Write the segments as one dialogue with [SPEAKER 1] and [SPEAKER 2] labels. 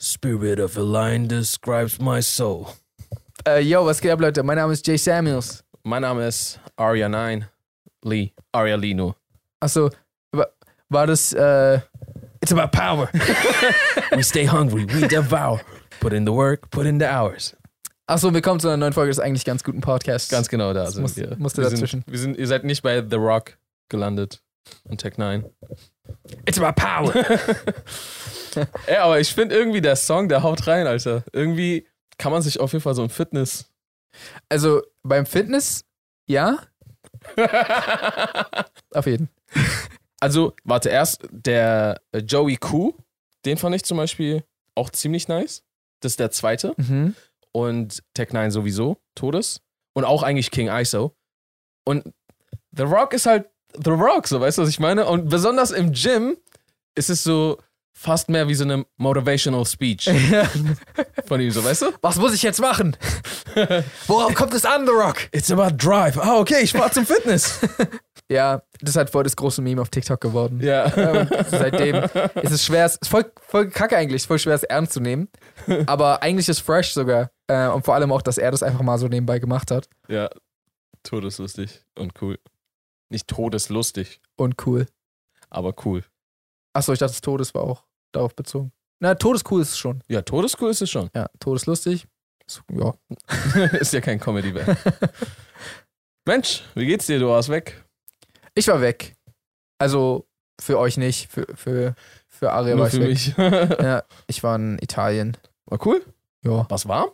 [SPEAKER 1] spirit of a lion describes my soul.
[SPEAKER 2] Äh, yo, was geht ab, Leute? Mein Name ist Jay Samuels.
[SPEAKER 3] Mein Name ist Arya 9 Lee. Arya Lee nur.
[SPEAKER 2] Achso, wa- war das, äh, It's about power.
[SPEAKER 1] We stay hungry, we devour. Put in the work, put in the hours.
[SPEAKER 2] Achso, willkommen zu einer neuen Folge des eigentlich ganz guten Podcasts.
[SPEAKER 3] Ganz genau da sind
[SPEAKER 2] muss-
[SPEAKER 3] wir.
[SPEAKER 2] musste
[SPEAKER 3] wir
[SPEAKER 2] dazwischen.
[SPEAKER 3] Sind, wir sind, ihr seid nicht bei The Rock gelandet und Tech 9.
[SPEAKER 1] It's about power.
[SPEAKER 3] Ja, aber ich finde irgendwie der Song, der haut rein, Alter. Irgendwie kann man sich auf jeden Fall so im Fitness.
[SPEAKER 2] Also, beim Fitness, ja, auf jeden.
[SPEAKER 3] also, warte, erst der äh, Joey Kuh, den fand ich zum Beispiel auch ziemlich nice. Das ist der zweite.
[SPEAKER 2] Mhm.
[SPEAKER 3] und Tech 9 sowieso, Todes. Und auch eigentlich King ISO. Und The Rock ist halt The Rock, so weißt du, was ich meine? Und besonders im Gym ist es so fast mehr wie so eine Motivational Speech von ihm, so weißt du?
[SPEAKER 2] Was muss ich jetzt machen? Worauf kommt es an, The Rock?
[SPEAKER 3] It's about drive. Ah, okay, ich war zum Fitness.
[SPEAKER 2] Ja, das ist halt voll das große Meme auf TikTok geworden.
[SPEAKER 3] ja.
[SPEAKER 2] Und seitdem ist es schwer, es ist voll, voll kacke eigentlich, voll schwer, es ernst zu nehmen. Aber eigentlich ist fresh sogar. Äh, und vor allem auch, dass er das einfach mal so nebenbei gemacht hat.
[SPEAKER 3] Ja. Todeslustig und cool. Nicht todeslustig,
[SPEAKER 2] Und cool.
[SPEAKER 3] aber cool.
[SPEAKER 2] Achso, ich dachte, das Todes war auch darauf bezogen. Na, Todescool ist es schon.
[SPEAKER 3] Ja, todescool ist es schon.
[SPEAKER 2] Ja, Todeslustig. Ist- Ja.
[SPEAKER 3] ist ja kein Comedy-Band. Mensch, wie geht's dir? Du warst weg.
[SPEAKER 2] Ich war weg. Also für euch nicht, für, für, für Aria
[SPEAKER 3] Nur
[SPEAKER 2] war ich
[SPEAKER 3] für
[SPEAKER 2] weg.
[SPEAKER 3] mich.
[SPEAKER 2] Ja, ich war in Italien.
[SPEAKER 3] War cool.
[SPEAKER 2] Ja.
[SPEAKER 3] Was warm?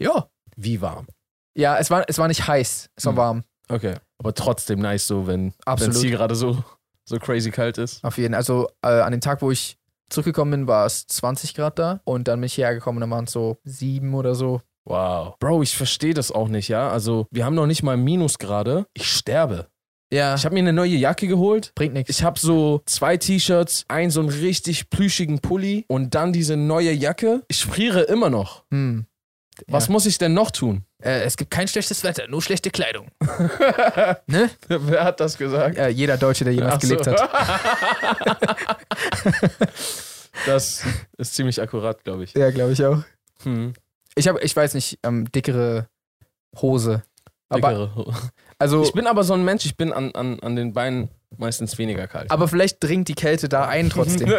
[SPEAKER 2] Ja.
[SPEAKER 3] Wie warm?
[SPEAKER 2] Ja, es war, es war nicht heiß, es war
[SPEAKER 3] Hm.
[SPEAKER 2] warm.
[SPEAKER 3] Okay. Aber trotzdem nice so, wenn wenn es
[SPEAKER 2] Absolut.
[SPEAKER 3] hier gerade so, so crazy kalt ist.
[SPEAKER 2] Auf jeden Fall. Also äh, an dem Tag, wo ich zurückgekommen bin, war es 20 Grad da. Und dann bin ich hierher gekommen und dann waren es so sieben oder so.
[SPEAKER 3] Wow. Bro, ich verstehe das auch nicht, ja? Also, wir haben noch nicht mal Minusgrade. Ich sterbe.
[SPEAKER 2] Ja.
[SPEAKER 3] Ich habe mir eine neue Jacke geholt.
[SPEAKER 2] bringt nichts.
[SPEAKER 3] Ich habe so zwei T-Shirts, einen so einen richtig plüschigen Pulli und dann diese neue Jacke. Ich friere immer noch.
[SPEAKER 2] Hm.
[SPEAKER 3] Was muss ich denn noch tun?
[SPEAKER 2] Äh, es gibt kein schlechtes Wetter, nur schlechte Kleidung. ne?
[SPEAKER 3] Wer hat das gesagt?
[SPEAKER 2] Äh, jeder Deutsche, der jemals
[SPEAKER 3] Ach so.
[SPEAKER 2] gelebt hat.
[SPEAKER 3] Das ist ziemlich akkurat, glaube ich.
[SPEAKER 2] Ja, glaube ich auch.
[SPEAKER 3] Hm.
[SPEAKER 2] Ich habe, ich weiß nicht, ähm, dickere Hose. Aber
[SPEAKER 3] Dickere-
[SPEAKER 2] also
[SPEAKER 3] Ich bin aber so ein Mensch, ich bin an, an, an den Beinen meistens weniger kalt.
[SPEAKER 2] Aber vielleicht dringt die Kälte da ein trotzdem.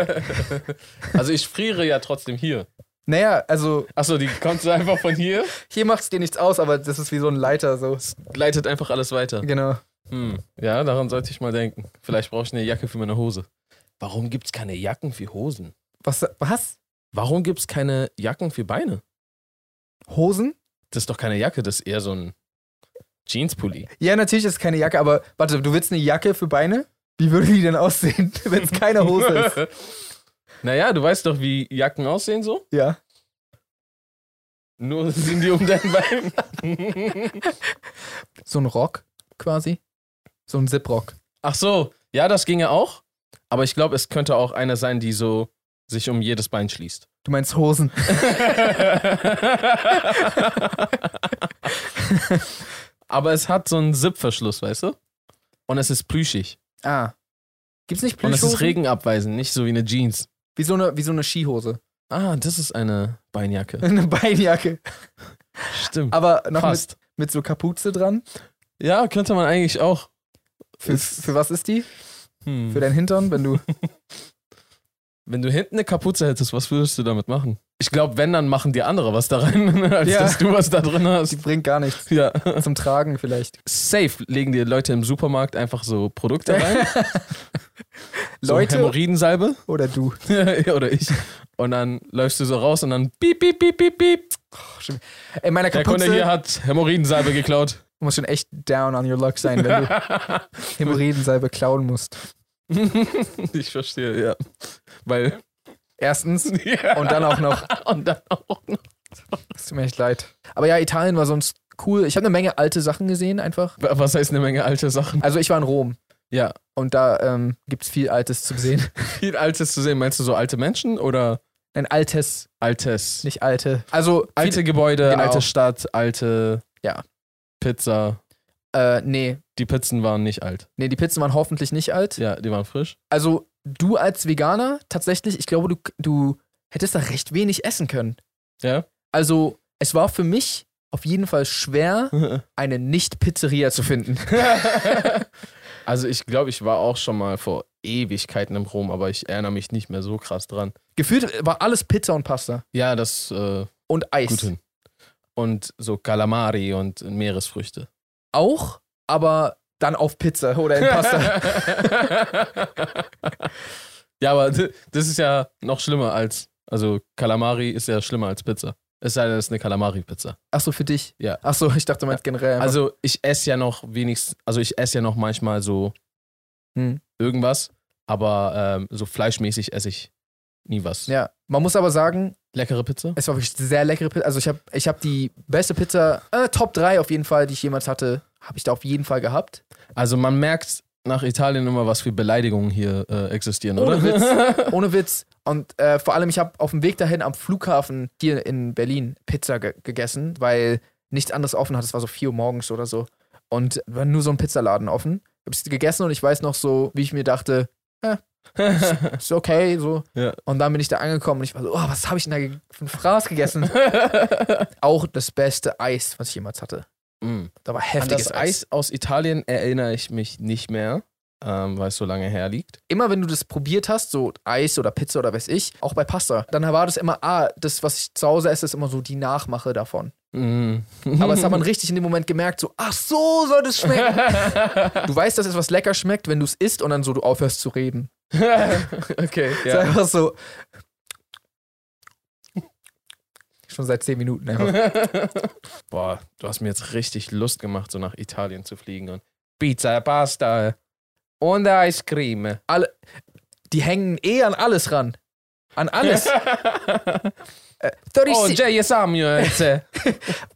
[SPEAKER 3] also ich friere ja trotzdem hier.
[SPEAKER 2] naja, also
[SPEAKER 3] Achso, die kommt so einfach von hier,
[SPEAKER 2] hier macht es dir nichts aus, aber das ist wie so ein Leiter so.
[SPEAKER 3] leitet einfach alles weiter.
[SPEAKER 2] Genau.
[SPEAKER 3] Hm. Ja, daran sollte ich mal denken. Vielleicht brauche ich eine Jacke für meine Hose. Warum gibt es keine Jacken für Hosen?
[SPEAKER 2] Was? was?
[SPEAKER 3] Warum gibt es keine Jacken für Beine?
[SPEAKER 2] Hosen?
[SPEAKER 3] Das ist doch keine Jacke, das ist eher so ein Jeanspulli.
[SPEAKER 2] Ja, natürlich ist es keine Jacke, aber warte, du willst eine Jacke für Beine? Wie würde die denn aussehen, wenn es keine Hose ist?
[SPEAKER 3] naja, du weißt doch, wie Jacken aussehen so.
[SPEAKER 2] Ja.
[SPEAKER 3] Nur sind die um dein Bein.
[SPEAKER 2] So ein Rock quasi. So ein Zip-Rock.
[SPEAKER 3] Ach so, ja, das ginge auch. Aber ich glaube, es könnte auch eine sein, die so sich um jedes Bein schließt.
[SPEAKER 2] Du meinst Hosen.
[SPEAKER 3] Aber es hat so einen Zip-Verschluss, weißt du? Und es ist plüschig.
[SPEAKER 2] Ah. Gibt's nicht
[SPEAKER 3] Und es
[SPEAKER 2] Plüschhosen?
[SPEAKER 3] ist regenabweisend, nicht so wie eine Jeans.
[SPEAKER 2] Wie so eine, wie so eine Skihose.
[SPEAKER 3] Ah, das ist eine Beinjacke.
[SPEAKER 2] Eine Beinjacke.
[SPEAKER 3] Stimmt.
[SPEAKER 2] Aber noch mit,
[SPEAKER 3] Fast.
[SPEAKER 2] mit so Kapuze dran.
[SPEAKER 3] Ja, könnte man eigentlich auch.
[SPEAKER 2] Für,
[SPEAKER 3] Ist-
[SPEAKER 2] für was ist die?
[SPEAKER 3] Hm.
[SPEAKER 2] Für deinen Hintern, wenn du.
[SPEAKER 3] Wenn du hinten eine Kapuze hättest, was würdest du damit machen? Ich glaube, wenn, dann machen die andere was da rein, als
[SPEAKER 2] Ja.
[SPEAKER 3] dass du was da drin
[SPEAKER 2] Die
[SPEAKER 3] hast.
[SPEAKER 2] bringt gar nichts.
[SPEAKER 3] Ja.
[SPEAKER 2] Zum Tragen vielleicht.
[SPEAKER 3] Safe legen dir Leute im Supermarkt einfach so Produkte rein.
[SPEAKER 2] Leute?
[SPEAKER 3] So Hämorrhoidensalbe.
[SPEAKER 2] Oder du.
[SPEAKER 3] Oder ich. Und dann läufst du so raus und dann piep, piep, piep, piep, piep.
[SPEAKER 2] Ey, meiner
[SPEAKER 3] Der Kunde
[SPEAKER 2] Kapuze
[SPEAKER 3] hier hat Hämorrhoidensalbe geklaut.
[SPEAKER 2] muss schon echt down on your luck sein, wenn du Hämorrhoidensalbe klauen musst.
[SPEAKER 3] ich verstehe, ja. Weil.
[SPEAKER 2] Erstens
[SPEAKER 3] Ja.
[SPEAKER 2] und dann auch noch.
[SPEAKER 3] Und dann auch. noch-
[SPEAKER 2] Es tut mir echt leid. Aber ja, Italien war sonst cool. Ich habe eine Menge alte Sachen gesehen einfach.
[SPEAKER 3] Was heißt eine Menge alte Sachen?
[SPEAKER 2] Also ich war in Rom
[SPEAKER 3] Ja.
[SPEAKER 2] und da ähm, gibt es viel Altes zu sehen.
[SPEAKER 3] Viel Altes zu sehen. Meinst du so alte Menschen oder
[SPEAKER 2] Ein altes,
[SPEAKER 3] Altes?
[SPEAKER 2] nicht alte. Also viel-
[SPEAKER 3] Alte Gebäude,
[SPEAKER 2] Genau.
[SPEAKER 3] alte Stadt, alte
[SPEAKER 2] Ja.
[SPEAKER 3] Pizza.
[SPEAKER 2] Äh, nee.
[SPEAKER 3] Die Pizzen waren nicht alt.
[SPEAKER 2] Nee, die Pizzen waren hoffentlich nicht alt.
[SPEAKER 3] Ja, die waren frisch.
[SPEAKER 2] Also du als Veganer, tatsächlich, ich glaube, du, du hättest da recht wenig essen können.
[SPEAKER 3] Ja.
[SPEAKER 2] Also, es war für mich auf jeden Fall schwer, eine Nicht-Pizzeria zu finden.
[SPEAKER 3] also ich glaube, ich war auch schon mal vor Ewigkeiten im Rom, aber ich erinnere mich nicht mehr so krass dran.
[SPEAKER 2] Gefühlt war alles Pizza und Pasta
[SPEAKER 3] Ja, das äh,
[SPEAKER 2] und Eis.
[SPEAKER 3] gut hin. Und so Calamari und Meeresfrüchte.
[SPEAKER 2] Auch, aber dann auf Pizza oder in Pasta.
[SPEAKER 3] ja, aber d- das ist ja noch schlimmer als, also Calamari ist ja schlimmer als Pizza. Es sei denn, es ist eine Calamari-Pizza.
[SPEAKER 2] Achso, für dich.
[SPEAKER 3] Ja.
[SPEAKER 2] Achso, ich dachte, du meinst generell. einfach-
[SPEAKER 3] Also ich esse ja noch wenigstens, also ich esse ja noch manchmal so
[SPEAKER 2] Hm.
[SPEAKER 3] irgendwas, aber ähm, so fleischmäßig esse ich nie was.
[SPEAKER 2] ja. Man muss aber sagen,
[SPEAKER 3] Leckere Pizza?
[SPEAKER 2] es war wirklich sehr leckere Pizza. Also, ich habe ich hab die beste Pizza, äh, Top 3 auf jeden Fall, die ich jemals hatte, habe ich da auf jeden Fall gehabt.
[SPEAKER 3] Also man merkt nach Italien immer, was für Beleidigungen hier äh, existieren,
[SPEAKER 2] Ohne
[SPEAKER 3] oder?
[SPEAKER 2] Witz. Ohne Witz. Und äh, vor allem, ich habe auf dem Weg dahin am Flughafen hier in Berlin Pizza ge gegessen, weil nichts anderes offen hat. Es war so 4 Uhr morgens oder so. Und war nur so ein Pizzaladen offen. Habe es gegessen und ich weiß noch so, wie ich mir dachte, ist okay, so.
[SPEAKER 3] Ja.
[SPEAKER 2] Und dann bin ich da angekommen und ich war so, oh, was habe ich denn da ge- für ein Fraß gegessen? Auch das beste Eis, was ich jemals hatte.
[SPEAKER 3] mm.
[SPEAKER 2] Da war
[SPEAKER 3] An
[SPEAKER 2] heftiges
[SPEAKER 3] das Eis aus Italien erinnere ich mich nicht mehr, ähm, weil es so lange her liegt.
[SPEAKER 2] Immer wenn du das probiert hast, so Eis oder Pizza oder weiß ich, auch bei Pasta, dann war das immer, ah, das, was ich zu Hause esse, ist immer so die Nachmache davon.
[SPEAKER 3] Mm.
[SPEAKER 2] Aber das hat man richtig in dem Moment gemerkt, so, ach so soll das schmecken. du weißt, dass etwas lecker schmeckt, wenn du es isst und dann so du aufhörst zu reden.
[SPEAKER 3] okay,
[SPEAKER 2] Ja. Ist
[SPEAKER 3] ja.
[SPEAKER 2] einfach so. Schon seit zehn Minuten einfach.
[SPEAKER 3] Boah, du hast mir jetzt richtig Lust gemacht, so nach Italien zu fliegen und Pizza, e Pasta und Eiscreme.
[SPEAKER 2] alle, die hängen eh an alles ran. An alles. Äh, 36,
[SPEAKER 3] Oh, Jay Samuel.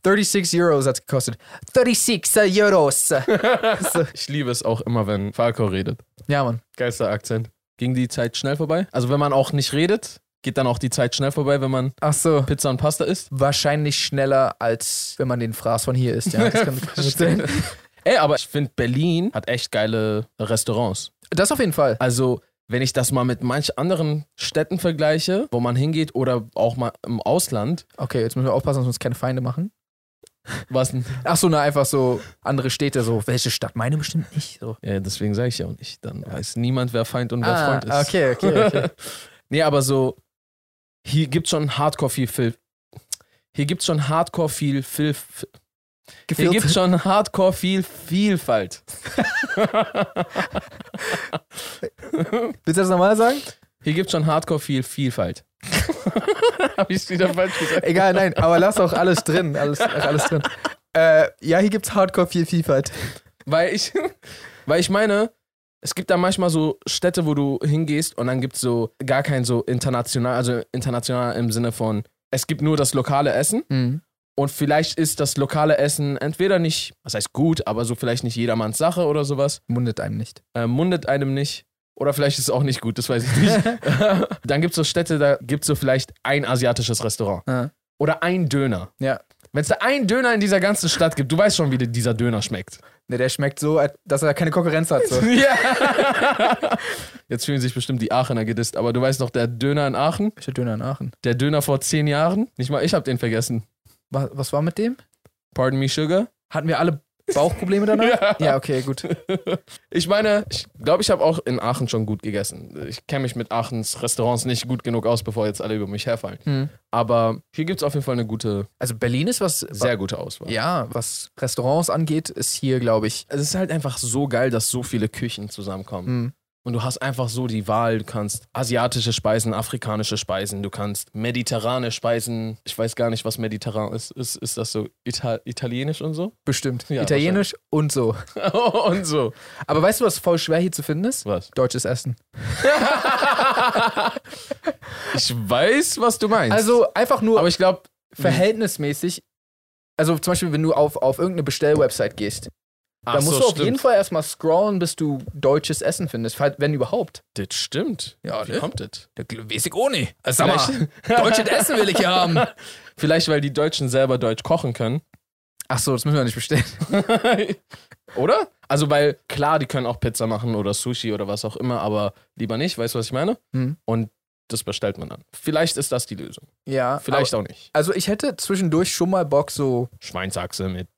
[SPEAKER 2] 36 Euros hat es gekostet. 36 Euros.
[SPEAKER 3] ich liebe es auch immer, wenn Falco redet.
[SPEAKER 2] ja, Mann.
[SPEAKER 3] Geister Akzent. Ging die Zeit schnell vorbei? Also wenn man auch nicht redet, geht dann auch die Zeit schnell vorbei, wenn man
[SPEAKER 2] Ach so.
[SPEAKER 3] Pizza und Pasta isst?
[SPEAKER 2] Wahrscheinlich schneller, als wenn man den Fraß von hier isst. Ja, das kann ich verstehen.
[SPEAKER 3] Ey, aber ich finde, Berlin hat echt geile Restaurants.
[SPEAKER 2] Das auf jeden Fall.
[SPEAKER 3] Also, wenn ich das mal mit manch anderen Städten vergleiche, wo man hingeht oder auch mal im Ausland,
[SPEAKER 2] Okay, jetzt müssen wir aufpassen, dass wir uns keine Feinde machen.
[SPEAKER 3] was denn?
[SPEAKER 2] Ach so, na, einfach so andere Städte, so, welche Stadt? Meine bestimmt nicht. So.
[SPEAKER 3] Ja, deswegen sage ich ja auch nicht. Dann weiß niemand, wer Feind und wer Freund ist.
[SPEAKER 2] Ah, okay, okay, okay.
[SPEAKER 3] Nee, aber so, hier gibt schon hardcore viel Filf. Hier gibt's schon hardcore viel Filf. Hier
[SPEAKER 2] Gefiltert.
[SPEAKER 3] gibt's schon hardcore viel Vielfalt.
[SPEAKER 2] Willst du das nochmal sagen?
[SPEAKER 3] Hier gibt's schon hardcore viel Vielfalt. Hab ich's wieder falsch gesagt?
[SPEAKER 2] Egal, nein, aber lass auch alles drin. Alles, alles drin. Äh, ja, hier gibt's Hardcore viel Vielfalt.
[SPEAKER 3] Weil ich, weil ich meine, es gibt da manchmal so Städte, wo du hingehst und dann gibt's so gar kein so international, also international im Sinne von, es gibt nur das lokale Essen
[SPEAKER 2] Hm,
[SPEAKER 3] Und vielleicht ist das lokale Essen entweder nicht, was heißt gut, aber so vielleicht nicht jedermanns Sache oder sowas,
[SPEAKER 2] Mundet einem nicht.
[SPEAKER 3] äh, mundet einem nicht. Oder vielleicht ist es auch nicht gut, das weiß ich nicht. Dann gibt es so Städte, da gibt es so vielleicht ein asiatisches Restaurant.
[SPEAKER 2] Ja.
[SPEAKER 3] Oder ein Döner.
[SPEAKER 2] Ja.
[SPEAKER 3] Wenn es da einen Döner in dieser ganzen Stadt gibt, du weißt schon, wie dir dieser Döner schmeckt.
[SPEAKER 2] Ne, der schmeckt so, als- dass er keine Konkurrenz hat. So.
[SPEAKER 3] Jetzt fühlen sich bestimmt die Aachener gedisst, aber du weißt noch, der Döner in Aachen,
[SPEAKER 2] Welcher Döner in Aachen?
[SPEAKER 3] der Döner vor zehn Jahren, nicht mal ich hab den vergessen.
[SPEAKER 2] Was, was war mit dem?
[SPEAKER 3] Pardon me, Sugar.
[SPEAKER 2] Hatten wir alle Bauchprobleme danach? ja. okay, gut.
[SPEAKER 3] Ich meine, ich glaube, ich habe auch in Aachen schon gut gegessen. Ich kenne mich mit Aachens Restaurants nicht gut genug aus, bevor jetzt alle über mich herfallen.
[SPEAKER 2] Hm.
[SPEAKER 3] Aber hier gibt es auf jeden Fall eine gute,
[SPEAKER 2] Also Berlin ist was.
[SPEAKER 3] sehr gute Auswahl.
[SPEAKER 2] ja, was Restaurants angeht, ist hier, glaube ich.
[SPEAKER 3] Es ist halt einfach so geil, dass so viele Küchen zusammenkommen.
[SPEAKER 2] Hm.
[SPEAKER 3] Und du hast einfach so die Wahl. Du kannst asiatische Speisen, afrikanische Speisen, du kannst mediterrane Speisen. Ich weiß gar nicht, was mediterran ist. Ist, ist das so Ita italienisch und so?
[SPEAKER 2] Bestimmt.
[SPEAKER 3] Ja,
[SPEAKER 2] Italienisch und so.
[SPEAKER 3] und so.
[SPEAKER 2] Aber weißt du, was voll schwer hier zu finden ist?
[SPEAKER 3] Was?
[SPEAKER 2] Deutsches Essen.
[SPEAKER 3] Ich weiß, was du meinst.
[SPEAKER 2] Also einfach nur
[SPEAKER 3] aber ich glaube,
[SPEAKER 2] verhältnismäßig. Also zum Beispiel, wenn du auf, auf irgendeine Bestellwebsite gehst, da musst du auf jeden Fall erstmal scrollen, bis du deutsches Essen findest, falls- wenn überhaupt.
[SPEAKER 3] Das stimmt.
[SPEAKER 2] Ja,
[SPEAKER 3] Wie
[SPEAKER 2] ne?
[SPEAKER 3] kommt das?
[SPEAKER 2] Da weiß ich ohne. Sag
[SPEAKER 3] Vielleicht,
[SPEAKER 2] deutsches Essen will ich hier haben.
[SPEAKER 3] vielleicht, weil die Deutschen selber Deutsch kochen können.
[SPEAKER 2] Ach so, das müssen wir nicht bestellen.
[SPEAKER 3] oder? Also, weil klar, die können auch Pizza machen oder Sushi oder was auch immer, aber lieber nicht, weißt du, was ich meine?
[SPEAKER 2] Mhm.
[SPEAKER 3] Und das bestellt man dann. Vielleicht ist das die Lösung.
[SPEAKER 2] Ja.
[SPEAKER 3] Vielleicht
[SPEAKER 2] aber,
[SPEAKER 3] auch nicht.
[SPEAKER 2] Also ich hätte zwischendurch schon mal Bock, so
[SPEAKER 3] Schweinsachse mit.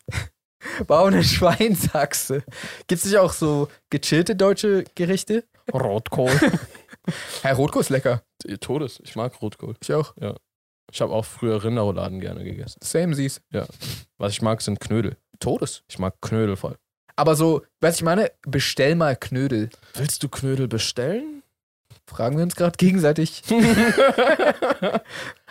[SPEAKER 2] bau eine Schweinsachse. Gibt es nicht auch so gechillte deutsche Gerichte?
[SPEAKER 3] Rotkohl.
[SPEAKER 2] Herr Rotkohl ist lecker.
[SPEAKER 3] Todes. Ich mag Rotkohl.
[SPEAKER 2] Ich auch.
[SPEAKER 3] Ich habe auch früher Rinderrouladen gerne gegessen.
[SPEAKER 2] Same sees.
[SPEAKER 3] Was ich mag, sind Knödel.
[SPEAKER 2] Todes.
[SPEAKER 3] Ich mag Knödel voll.
[SPEAKER 2] Aber so, weißt du, ich meine, bestell mal Knödel.
[SPEAKER 3] Willst du Knödel bestellen?
[SPEAKER 2] Fragen wir uns gerade gegenseitig.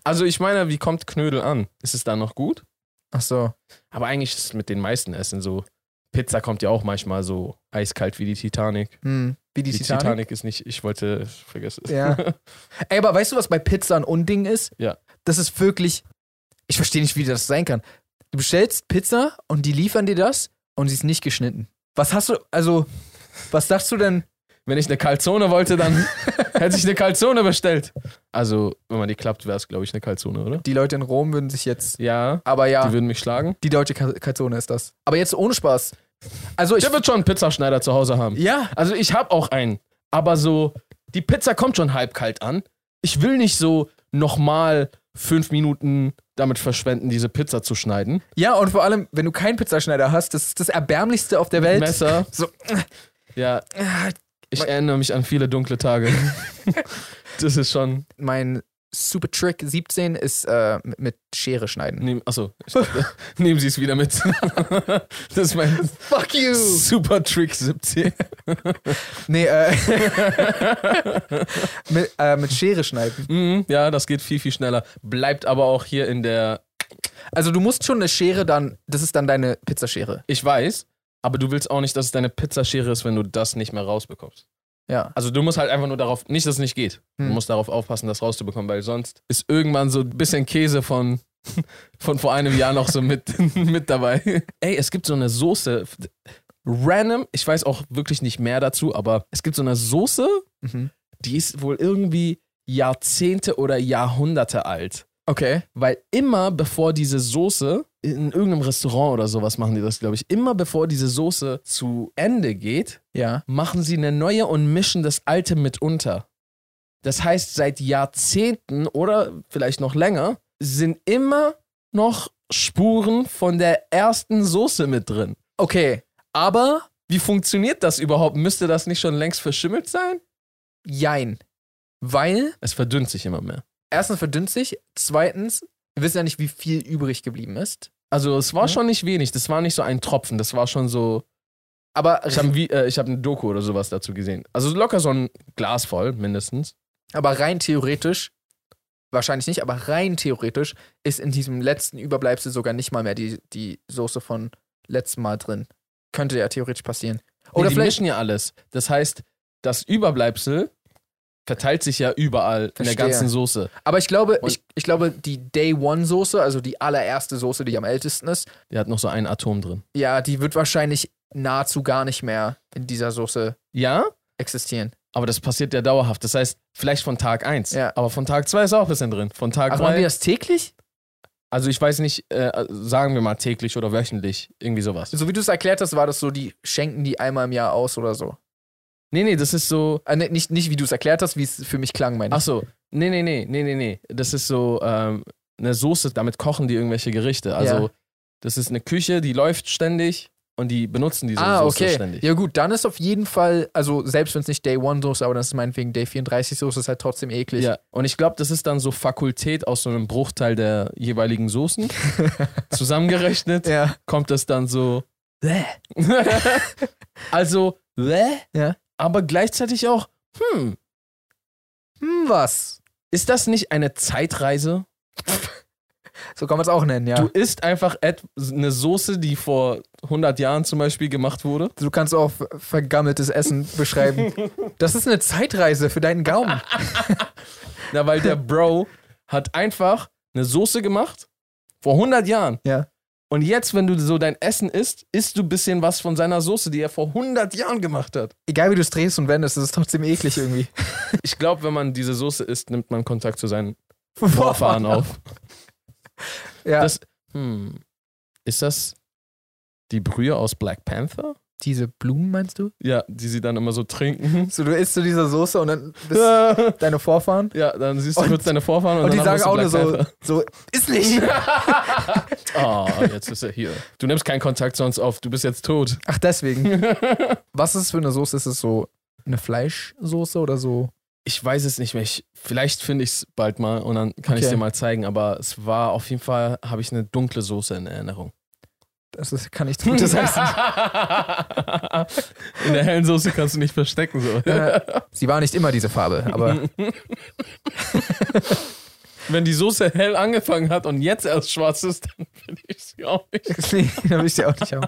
[SPEAKER 3] Also ich meine, wie kommt Knödel an? Ist es da noch gut?
[SPEAKER 2] Ach so.
[SPEAKER 3] Aber eigentlich ist es mit den meisten Essen so. Pizza kommt ja auch manchmal so eiskalt wie die Titanic.
[SPEAKER 2] Hm. Wie die,
[SPEAKER 3] Die,
[SPEAKER 2] Titanic.
[SPEAKER 3] Titanic? ist nicht, ich wollte, vergesse es.
[SPEAKER 2] Ja. Ey, aber weißt du, was bei Pizza ein Unding ist?
[SPEAKER 3] Ja.
[SPEAKER 2] Das ist wirklich. Ich verstehe nicht, wie das sein kann. Du bestellst Pizza und die liefern dir das und sie ist nicht geschnitten. Was hast du, also, was dachtest du denn?
[SPEAKER 3] Wenn ich eine Calzone wollte, dann hätte ich eine Calzone bestellt. Also, wenn man die klappt, wäre es, glaube ich, eine Calzone, oder?
[SPEAKER 2] Die Leute in Rom würden sich jetzt.
[SPEAKER 3] Ja,
[SPEAKER 2] Aber ja,
[SPEAKER 3] die
[SPEAKER 2] die,
[SPEAKER 3] würden mich schlagen.
[SPEAKER 2] deutsche Ka- Kalzone ist das. Aber jetzt ohne Spaß. Also ich.
[SPEAKER 3] Der wird schon einen Pizzaschneider zu Hause haben.
[SPEAKER 2] Ja.
[SPEAKER 3] Also, ich habe auch einen. Aber so, die Pizza kommt schon halb kalt an. Ich will nicht so nochmal fünf Minuten damit verschwenden, diese Pizza zu schneiden.
[SPEAKER 2] Ja, und vor allem, wenn du keinen Pizzaschneider hast, das ist das Erbärmlichste auf der Welt. Ah,
[SPEAKER 3] Messer.
[SPEAKER 2] So.
[SPEAKER 3] Ja, ich erinnere mich an viele dunkle Tage. das ist schon.
[SPEAKER 2] Mein Super Trick 17 ist äh, mit- mit Schere schneiden.
[SPEAKER 3] Nehm, achso, ich dachte, nehmen Sie es wieder mit. das ist mein
[SPEAKER 2] Fuck you!
[SPEAKER 3] Super Trick 17.
[SPEAKER 2] Nee, äh. mit, äh, mit Schere schneiden.
[SPEAKER 3] Mhm, ja, das geht viel, viel schneller. Bleibt aber auch hier in der.
[SPEAKER 2] Also du musst schon eine Schere dann, das ist dann deine Pizzaschere.
[SPEAKER 3] Ich weiß, aber du willst auch nicht, dass es deine Pizzaschere ist, wenn du das nicht mehr rausbekommst.
[SPEAKER 2] Ja.
[SPEAKER 3] Also du musst halt einfach nur darauf, nicht, dass es nicht geht. Du
[SPEAKER 2] Hm.
[SPEAKER 3] musst darauf aufpassen, das rauszubekommen, weil sonst ist irgendwann so ein bisschen Käse von, von vor einem Jahr noch so mit, mit dabei. Ey, es gibt so eine Soße. Random, ich weiß auch wirklich nicht mehr dazu, aber es gibt so eine Soße,
[SPEAKER 2] Mhm.
[SPEAKER 3] die ist wohl irgendwie Jahrzehnte oder Jahrhunderte alt.
[SPEAKER 2] Okay.
[SPEAKER 3] Weil immer bevor diese Soße, in irgendeinem Restaurant oder sowas machen die das, glaube ich, immer bevor diese Soße zu Ende geht,
[SPEAKER 2] Ja.
[SPEAKER 3] machen sie eine neue und mischen das alte mit unter. Das heißt, seit Jahrzehnten oder vielleicht noch länger sind immer noch Spuren von der ersten Soße mit drin.
[SPEAKER 2] Okay.
[SPEAKER 3] Aber wie funktioniert das überhaupt? Müsste das nicht schon längst verschimmelt sein?
[SPEAKER 2] Jein. Weil,
[SPEAKER 3] Es verdünnt sich immer mehr.
[SPEAKER 2] erstens verdünnt sich, zweitens, wir wissen ja nicht, wie viel übrig geblieben ist.
[SPEAKER 3] Also es war
[SPEAKER 2] Ja.
[SPEAKER 3] schon nicht wenig, das war nicht so ein Tropfen, das war schon so
[SPEAKER 2] Aber,
[SPEAKER 3] Ich habe äh, ich hab eine Doku oder sowas dazu gesehen. Also locker so ein Glas voll, mindestens.
[SPEAKER 2] aber rein theoretisch, wahrscheinlich nicht, aber rein theoretisch ist in diesem letzten Überbleibsel sogar nicht mal mehr die, die Soße von letztem Mal drin. Könnte ja theoretisch passieren.
[SPEAKER 3] Oder
[SPEAKER 2] Oder
[SPEAKER 3] die
[SPEAKER 2] vielleicht.
[SPEAKER 3] mischen ja alles. Das heißt, das Überbleibsel verteilt sich ja überall in der
[SPEAKER 2] Verstehe.
[SPEAKER 3] ganzen Soße.
[SPEAKER 2] Aber ich glaube,
[SPEAKER 3] Und-
[SPEAKER 2] ich, ich glaube, die Day-One-Soße, also die allererste Soße, die am ältesten ist,
[SPEAKER 3] Der hat noch so ein Atom drin.
[SPEAKER 2] ja, die wird wahrscheinlich nahezu gar nicht mehr in dieser Soße
[SPEAKER 3] Ja,
[SPEAKER 2] existieren.
[SPEAKER 3] aber das passiert ja dauerhaft. Das heißt, vielleicht von Tag 1.
[SPEAKER 2] Ja.
[SPEAKER 3] Aber von Tag 2 ist auch ein bisschen drin. Von Tag
[SPEAKER 2] Ach, Also machen die
[SPEAKER 3] 3.
[SPEAKER 2] das täglich?
[SPEAKER 3] Also ich weiß nicht, äh, sagen wir mal täglich oder wöchentlich, irgendwie sowas.
[SPEAKER 2] So wie du es erklärt hast, war das so, die schenken die einmal im Jahr aus oder so.
[SPEAKER 3] Nee, nee, das ist so.
[SPEAKER 2] Äh, ne, nicht, nicht wie du es erklärt hast, wie es für mich klang, meine
[SPEAKER 3] Ach
[SPEAKER 2] ich.
[SPEAKER 3] so, nee, nee, nee, nee, nee, nee. Das ist so ähm, eine Soße, damit kochen die irgendwelche Gerichte. Also,
[SPEAKER 2] Ja.
[SPEAKER 3] das ist eine Küche, die läuft ständig und die benutzen diese
[SPEAKER 2] ah,
[SPEAKER 3] Soße
[SPEAKER 2] okay.
[SPEAKER 3] ständig.
[SPEAKER 2] Ja gut, dann ist auf jeden Fall, also selbst wenn es nicht Day-One-Soße, aber dann ist es meinetwegen Day-34-Soße, ist halt trotzdem eklig.
[SPEAKER 3] Ja, und ich glaube, das ist dann so Fakultät aus so einem Bruchteil der jeweiligen Soßen. Zusammengerechnet
[SPEAKER 2] Ja.
[SPEAKER 3] kommt das dann so. also,
[SPEAKER 2] Ja.
[SPEAKER 3] aber gleichzeitig auch, hm,
[SPEAKER 2] Hm, was?
[SPEAKER 3] ist das nicht eine Zeitreise?
[SPEAKER 2] So kann man es auch nennen, ja.
[SPEAKER 3] Du isst einfach et- eine Soße, die vor 100 Jahren zum Beispiel gemacht wurde.
[SPEAKER 2] Du kannst auch ver- vergammeltes Essen beschreiben. Das ist eine Zeitreise für deinen Gaumen.
[SPEAKER 3] Na, weil der Bro hat einfach eine Soße gemacht vor 100 Jahren.
[SPEAKER 2] Ja.
[SPEAKER 3] Und jetzt, wenn du so dein Essen isst, isst du ein bisschen was von seiner Soße, die er vor 100 Jahren gemacht hat.
[SPEAKER 2] Egal wie du es drehst und wendest, es ist trotzdem eklig irgendwie.
[SPEAKER 3] Ich glaube, wenn man diese Soße isst, nimmt man Kontakt zu seinen Vorfahren auf.
[SPEAKER 2] Ja.
[SPEAKER 3] Das- Hm. Ist das die Brühe aus Black Panther?
[SPEAKER 2] Diese Blumen meinst du?
[SPEAKER 3] Ja, die sie dann immer so trinken.
[SPEAKER 2] So, du isst zu dieser Soße und dann bist
[SPEAKER 3] ja,
[SPEAKER 2] deine Vorfahren.
[SPEAKER 3] dann siehst du
[SPEAKER 2] Und-
[SPEAKER 3] kurz deine Vorfahren und,
[SPEAKER 2] Und die
[SPEAKER 3] danach
[SPEAKER 2] sagen auch nur
[SPEAKER 3] machst du
[SPEAKER 2] so,
[SPEAKER 3] Black
[SPEAKER 2] so, ist nicht.
[SPEAKER 3] Panther. Ah, jetzt ist er hier. Du nimmst keinen Kontakt sonst auf, du bist jetzt tot.
[SPEAKER 2] Ach, deswegen. Was ist es für eine Soße? Ist es so eine Fleischsoße oder so?
[SPEAKER 3] Ich weiß es nicht mehr. Ich, vielleicht finde ich es bald mal und dann kann ich es
[SPEAKER 2] Okay.
[SPEAKER 3] dir mal zeigen. Aber es war auf jeden Fall, habe ich eine dunkle Soße in Erinnerung.
[SPEAKER 2] Das ist, kann nichts Gutes heißen.
[SPEAKER 3] in der hellen Soße kannst du nicht verstecken. So.
[SPEAKER 2] Äh, Sie war nicht immer diese Farbe, aber
[SPEAKER 3] Wenn die Soße hell angefangen hat und jetzt erst schwarz ist, dann finde ich sie auch nicht.
[SPEAKER 2] nee, da will ich die auch nicht haben.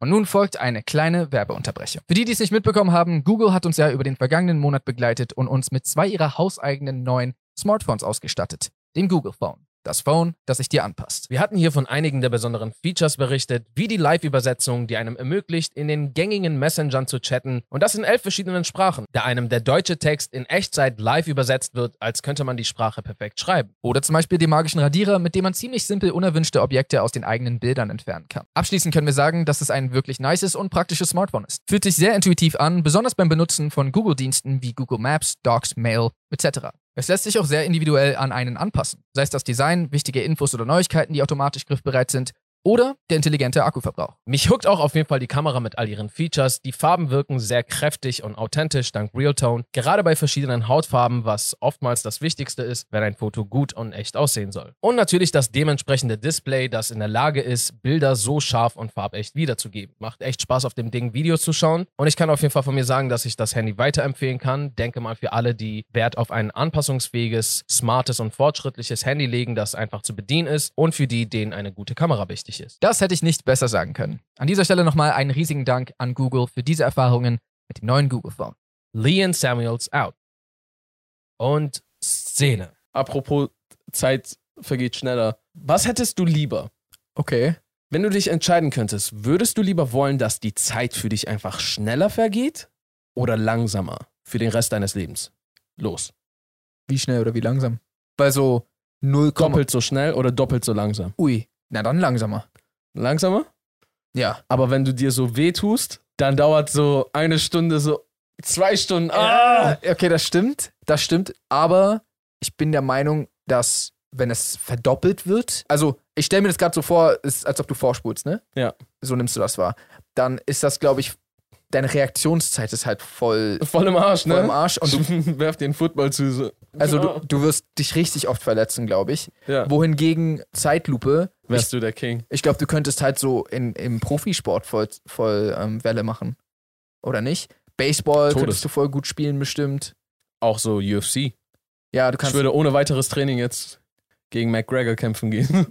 [SPEAKER 2] Und nun folgt eine kleine Werbeunterbrechung. Für die, die es nicht mitbekommen haben, Google hat uns ja über den vergangenen Monat begleitet und uns mit zwei ihrer hauseigenen neuen Smartphones ausgestattet. Dem Google Phone. Das Phone, das sich dir anpasst.
[SPEAKER 1] Wir hatten hier von einigen der besonderen Features berichtet, wie die Live-Übersetzung, die einem ermöglicht, in den gängigen Messengern zu chatten und das in elf verschiedenen Sprachen, da einem der deutsche Text in Echtzeit live übersetzt wird, als könnte man die Sprache perfekt schreiben.
[SPEAKER 2] Oder zum Beispiel den magischen Radierer, mit dem man ziemlich simpel unerwünschte Objekte aus den eigenen Bildern entfernen kann. Abschließend können wir sagen, dass es ein wirklich nices und praktisches Smartphone ist. Fühlt sich sehr intuitiv an, besonders beim Benutzen von Google-Diensten wie Google Maps, Docs, Mail etc. Es lässt sich auch sehr individuell an einen anpassen, sei es das Design, wichtige Infos oder Neuigkeiten, die automatisch griffbereit sind, oder der intelligente Akkuverbrauch.
[SPEAKER 1] Mich hookt auch auf jeden Fall die Kamera mit all ihren Features. Die Farben wirken sehr kräftig und authentisch dank Realtone, gerade bei verschiedenen Hautfarben, was oftmals das Wichtigste ist, wenn ein Foto gut und echt aussehen soll. Und natürlich das dementsprechende Display, das in der Lage ist, Bilder so scharf und farbecht wiederzugeben. Macht echt Spaß auf dem Ding Videos zu schauen und ich kann auf jeden Fall von mir sagen, dass ich das Handy weiterempfehlen kann. Denke mal für alle, die Wert auf ein anpassungsfähiges, smartes und fortschrittliches Handy legen, das einfach zu bedienen ist und für die, denen eine gute Kamera wichtig ist.
[SPEAKER 2] Das hätte ich nicht besser sagen können. An dieser Stelle nochmal einen riesigen Dank an Google für diese Erfahrungen mit dem neuen Google Phone.
[SPEAKER 1] Leon Samuels out. Und Szene.
[SPEAKER 3] Apropos Zeit vergeht schneller. Was hättest du lieber?
[SPEAKER 2] Okay.
[SPEAKER 3] Wenn du dich entscheiden könntest, würdest du lieber wollen, dass die Zeit für dich einfach schneller vergeht oder langsamer für den Rest deines Lebens? Los.
[SPEAKER 2] Wie schnell oder wie langsam? Bei so 0,
[SPEAKER 3] Doppelt so schnell oder doppelt so langsam?
[SPEAKER 2] Ui, na dann langsamer.
[SPEAKER 3] Langsamer?
[SPEAKER 2] Ja.
[SPEAKER 3] Aber wenn du dir so weh tust, dann dauert so eine Stunde, so zwei Stunden. Ah!
[SPEAKER 2] Okay, das stimmt. Das stimmt. Aber ich bin der Meinung, dass wenn es verdoppelt wird, also ich stelle mir das gerade so vor, ist, als ob du vorspulst, ne?
[SPEAKER 3] Ja.
[SPEAKER 2] So nimmst du das wahr. Dann ist das, glaube ich, deine Reaktionszeit ist halt voll,
[SPEAKER 3] Voll im Arsch, ne?
[SPEAKER 2] voll im Arsch. Und du,
[SPEAKER 3] Und du werf den Football zu. So. Genau.
[SPEAKER 2] also du, du wirst dich richtig oft verletzen, glaube ich.
[SPEAKER 3] Ja.
[SPEAKER 2] Wohingegen Zeitlupe, ich,
[SPEAKER 3] wärst du der King.
[SPEAKER 2] ich glaube, du könntest halt so in, im Profisport voll, voll ähm, Welle machen. Oder nicht? Baseball
[SPEAKER 3] Todes.
[SPEAKER 2] könntest du voll gut spielen, bestimmt.
[SPEAKER 3] Auch so UFC.
[SPEAKER 2] Ja, du
[SPEAKER 3] Ich
[SPEAKER 2] kannst.
[SPEAKER 3] würde ohne weiteres Training jetzt gegen McGregor kämpfen gehen.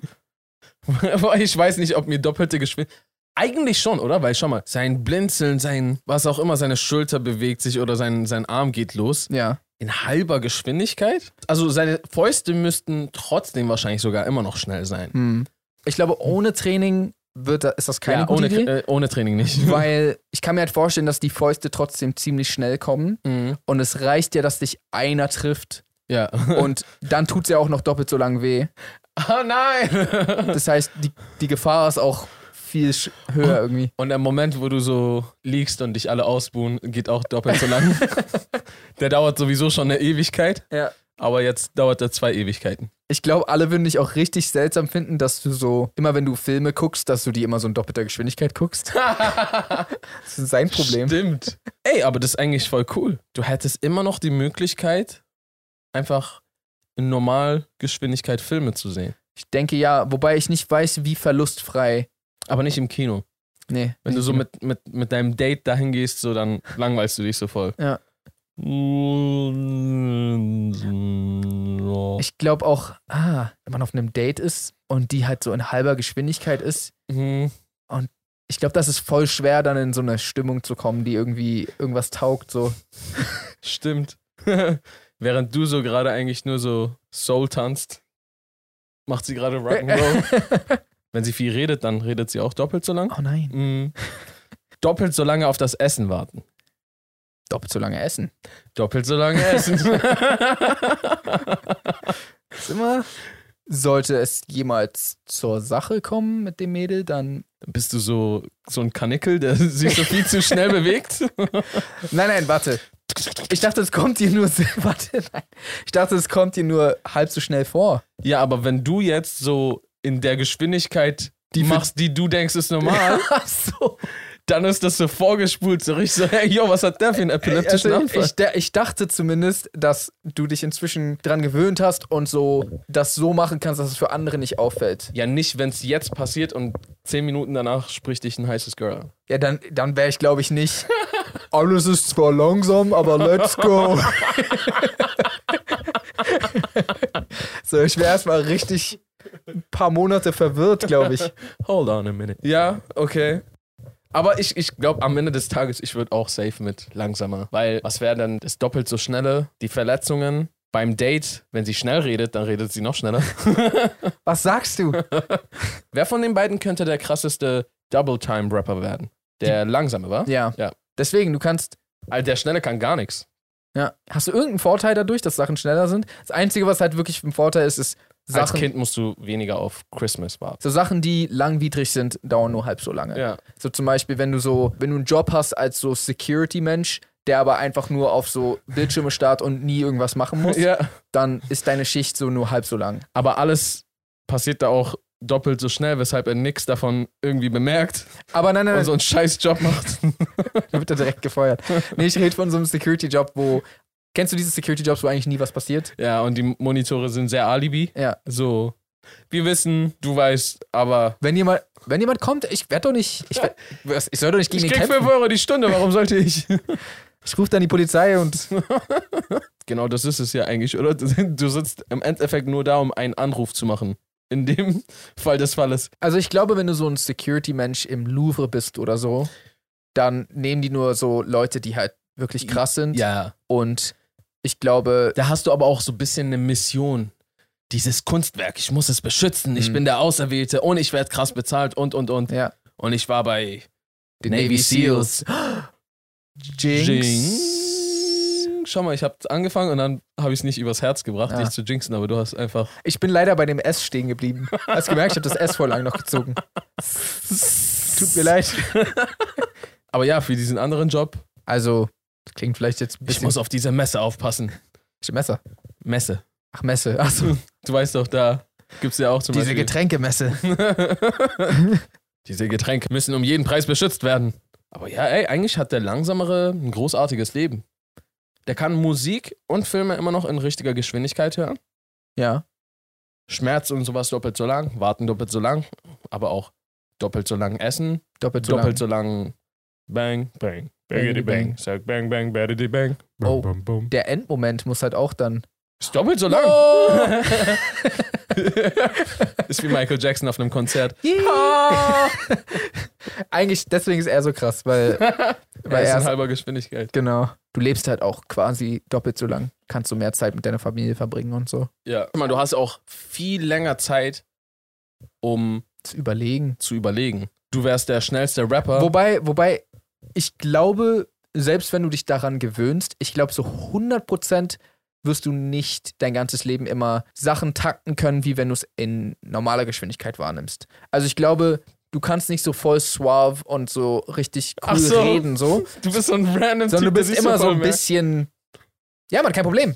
[SPEAKER 3] Aber ich weiß nicht, ob mir doppelte Geschwindigkeit. Eigentlich schon, oder? Weil schau mal, sein Blinzeln, sein, was auch immer, seine Schulter bewegt sich oder sein, sein Arm geht los.
[SPEAKER 2] Ja.
[SPEAKER 3] In halber Geschwindigkeit? Also seine Fäuste müssten trotzdem wahrscheinlich sogar immer noch schnell sein.
[SPEAKER 2] Hm. Ich glaube, ohne Training wird da, ist das keine
[SPEAKER 3] ja,
[SPEAKER 2] gute
[SPEAKER 3] ohne,
[SPEAKER 2] Idee.
[SPEAKER 3] Äh, ohne Training nicht.
[SPEAKER 2] Weil ich kann mir halt vorstellen, dass die Fäuste trotzdem ziemlich schnell kommen
[SPEAKER 3] Mhm.
[SPEAKER 2] und es reicht ja, dass dich einer trifft
[SPEAKER 3] Ja.
[SPEAKER 2] und dann tut es ja auch noch doppelt so lang weh.
[SPEAKER 3] oh nein!
[SPEAKER 2] Das heißt, die, die Gefahr ist auch viel sch- höher irgendwie.
[SPEAKER 3] Und der Moment, wo du so liegst und dich alle ausbuhen, geht auch doppelt so lang. der dauert sowieso schon eine Ewigkeit,
[SPEAKER 2] Ja.
[SPEAKER 3] aber jetzt dauert er zwei Ewigkeiten.
[SPEAKER 2] Ich glaube, alle würden dich auch richtig seltsam finden, dass du so, immer wenn du Filme guckst, dass du die immer so in doppelter Geschwindigkeit guckst. das ist sein Problem.
[SPEAKER 3] Stimmt. Ey, aber das ist eigentlich voll cool. Du hättest immer noch die Möglichkeit, einfach in Normalgeschwindigkeit Filme zu sehen.
[SPEAKER 2] Ich denke ja, wobei ich nicht weiß, wie verlustfrei.
[SPEAKER 3] Aber nicht im Kino.
[SPEAKER 2] Nee.
[SPEAKER 3] Wenn du so mit, mit, mit deinem Date dahin gehst, so, dann langweilst du dich so voll.
[SPEAKER 2] Ja.
[SPEAKER 3] Ich,
[SPEAKER 2] Ich glaube auch, ah, wenn man auf einem Date ist und die halt so in halber Geschwindigkeit ist,
[SPEAKER 3] Mhm.
[SPEAKER 2] ich glaube, das ist voll schwer, dann in so eine Stimmung zu kommen, die irgendwie irgendwas taugt. So.
[SPEAKER 3] Stimmt. Während du so gerade eigentlich nur so Soul tanzt, macht sie gerade Rock'n'Roll. Wenn sie viel redet, dann redet sie auch doppelt so lang.
[SPEAKER 2] Oh nein.
[SPEAKER 3] Mhm. Doppelt so lange auf das Essen warten.
[SPEAKER 2] Doppelt so lange essen.
[SPEAKER 3] Doppelt so lange essen.
[SPEAKER 2] Ist immer sollte es jemals zur Sache kommen mit dem Mädel, dann.
[SPEAKER 3] Bist du so, so ein Kanickel, der sich so viel zu schnell bewegt?
[SPEAKER 2] Nein, nein, warte. Ich dachte, es kommt dir nur. Warte, nein. Ich dachte, es kommt dir nur halb so schnell vor.
[SPEAKER 3] Ja, aber wenn du jetzt so in der Geschwindigkeit die machst, die du denkst, ist normal,
[SPEAKER 2] Ach so.
[SPEAKER 3] dann ist das so vorgespult, so richtig so, hey, yo, was hat der für einen epileptischen
[SPEAKER 2] Also,
[SPEAKER 3] Anfall?
[SPEAKER 2] ich, da- ich dachte zumindest, dass du dich inzwischen dran gewöhnt hast und so das so machen kannst, dass es für andere nicht auffällt.
[SPEAKER 3] Ja, nicht, wenn es jetzt passiert und zehn Minuten danach spricht dich ein heißes Girl an.
[SPEAKER 2] Ja, dann, dann wäre ich, glaube ich, nicht. Alles ist zwar langsam, aber let's go. so, ich wäre erstmal richtig ein paar Monate verwirrt, glaube ich.
[SPEAKER 1] Hold on a minute.
[SPEAKER 3] Ja, okay. Aber ich, ich glaube, am Ende des Tages, ich würde auch safe mit langsamer. Weil was wäre dann das doppelt so schnelle? Die Verletzungen beim Date, wenn sie schnell redet, dann redet sie noch schneller.
[SPEAKER 2] Was sagst du?
[SPEAKER 3] Wer von den beiden könnte der krasseste Double-Time-Rapper werden? Der langsame, war?
[SPEAKER 2] Ja.
[SPEAKER 3] Ja.
[SPEAKER 2] Deswegen, du kannst.
[SPEAKER 3] Also der schnelle kann gar nichts.
[SPEAKER 2] Ja. Hast du irgendeinen Vorteil dadurch, dass Sachen schneller sind? Das Einzige, was halt wirklich ein Vorteil ist, ist
[SPEAKER 3] Als
[SPEAKER 2] Sachen.
[SPEAKER 3] Kind musst du weniger auf Christmas warten.
[SPEAKER 2] So Sachen, die langwidrig sind, dauern nur halb so lange.
[SPEAKER 3] Ja.
[SPEAKER 2] So zum Beispiel, wenn du so, wenn du einen Job hast als so Security-Mensch, der aber einfach nur auf so Bildschirme starrt und nie irgendwas machen muss,
[SPEAKER 3] ja.
[SPEAKER 2] dann ist deine Schicht so nur halb so lang.
[SPEAKER 3] Aber alles passiert da auch doppelt so schnell, weshalb er nichts davon irgendwie bemerkt
[SPEAKER 2] Aber nein, nein,
[SPEAKER 3] und
[SPEAKER 2] nein,
[SPEAKER 3] so einen scheiß Job macht.
[SPEAKER 2] da wird er direkt gefeuert. Nee, ich rede von so einem Security-Job, wo. Kennst du diese Security-Jobs, wo eigentlich nie was passiert?
[SPEAKER 3] Ja, und die Monitore sind sehr Alibi.
[SPEAKER 2] Ja.
[SPEAKER 3] So, wir wissen, du weißt, aber
[SPEAKER 2] Wenn jemand, wenn jemand kommt, ich werde doch nicht. Ich, werd, was, ich soll doch nicht gegen
[SPEAKER 3] ich
[SPEAKER 2] ihn
[SPEAKER 3] krieg
[SPEAKER 2] kämpfen.
[SPEAKER 3] 5 Euro die Stunde, warum sollte ich?
[SPEAKER 2] Ich rufe dann die Polizei und.
[SPEAKER 3] genau das ist es ja eigentlich, oder? Du sitzt im Endeffekt nur da, um einen Anruf zu machen. In dem Fall des Falles.
[SPEAKER 2] Also ich glaube, wenn du so ein Security-Mensch im Louvre bist oder so, dann nehmen die nur so Leute, die halt wirklich krass sind.
[SPEAKER 3] Ja.
[SPEAKER 2] Und ich glaube,
[SPEAKER 3] Da hast du aber auch so ein bisschen eine Mission. Dieses Kunstwerk, ich muss es beschützen, ich bin der Auserwählte und ich werde krass bezahlt und und und.
[SPEAKER 2] ja,
[SPEAKER 3] Und ich war bei
[SPEAKER 2] die
[SPEAKER 3] Navy Seals.
[SPEAKER 2] Jinx.
[SPEAKER 3] Jinx. Schau mal, ich habe angefangen und dann habe ich es nicht übers Herz gebracht,
[SPEAKER 2] Ah.
[SPEAKER 3] dich zu jinxen, aber du hast einfach.
[SPEAKER 2] Ich bin leider bei dem S stehen geblieben. Hast gemerkt, ich habe das S vor lang noch gezogen. Tut mir leid.
[SPEAKER 3] Aber ja, für diesen anderen Job,
[SPEAKER 2] Also, das klingt vielleicht jetzt ein
[SPEAKER 3] ich
[SPEAKER 2] bisschen
[SPEAKER 3] muss auf diese Messe aufpassen.
[SPEAKER 2] Messer.
[SPEAKER 3] Messe.
[SPEAKER 2] Ach, Messe. Ach so,
[SPEAKER 3] Du weißt doch, da gibt es ja auch zum
[SPEAKER 2] diese
[SPEAKER 3] Beispiel.
[SPEAKER 2] Getränkemesse.
[SPEAKER 3] diese Getränke müssen um jeden Preis beschützt werden. Aber ja, ey, eigentlich hat der Langsamere ein großartiges Leben. Der kann Musik und Filme immer noch in richtiger Geschwindigkeit hören.
[SPEAKER 2] Ja.
[SPEAKER 3] Schmerz und sowas doppelt so lang, warten doppelt so lang, aber auch doppelt so lang essen,
[SPEAKER 2] Doppelt so
[SPEAKER 3] doppelt so lang. Bang, bang,
[SPEAKER 2] Bangity
[SPEAKER 3] bangity
[SPEAKER 2] bang.
[SPEAKER 3] bang, sag bang, bang, badity bang. Bum,
[SPEAKER 2] Oh.
[SPEAKER 3] bum, bum.
[SPEAKER 2] lang. Der Endmoment muss halt auch dann.
[SPEAKER 3] Ist doppelt so lang. ist wie Michael Jackson auf einem Konzert.
[SPEAKER 2] Eigentlich, deswegen ist er so krass, weil, weil
[SPEAKER 3] er
[SPEAKER 2] er
[SPEAKER 3] ist in halber Geschwindigkeit.
[SPEAKER 2] Genau. Du lebst halt auch quasi doppelt so lang. Kannst du mehr Zeit mit deiner Familie verbringen und so.
[SPEAKER 3] Ja. Guck mal, du hast auch viel länger Zeit, um
[SPEAKER 2] Zu überlegen.
[SPEAKER 3] zu überlegen. Du wärst der schnellste Rapper.
[SPEAKER 2] Wobei, wobei, ich glaube, selbst wenn du dich daran gewöhnst, ich glaube, so 100% wirst du nicht dein ganzes Leben immer Sachen takten können, wie wenn du es in normaler Geschwindigkeit wahrnimmst. Also ich glaube, du kannst nicht so voll suave und so richtig
[SPEAKER 3] Ach
[SPEAKER 2] cool
[SPEAKER 3] so.
[SPEAKER 2] reden so,
[SPEAKER 3] du bist so ein random
[SPEAKER 2] sondern du
[SPEAKER 3] Typ, der
[SPEAKER 2] bist
[SPEAKER 3] sich
[SPEAKER 2] immer so
[SPEAKER 3] voll
[SPEAKER 2] ein
[SPEAKER 3] merkt.
[SPEAKER 2] bisschen Ja, Mann, kein Problem.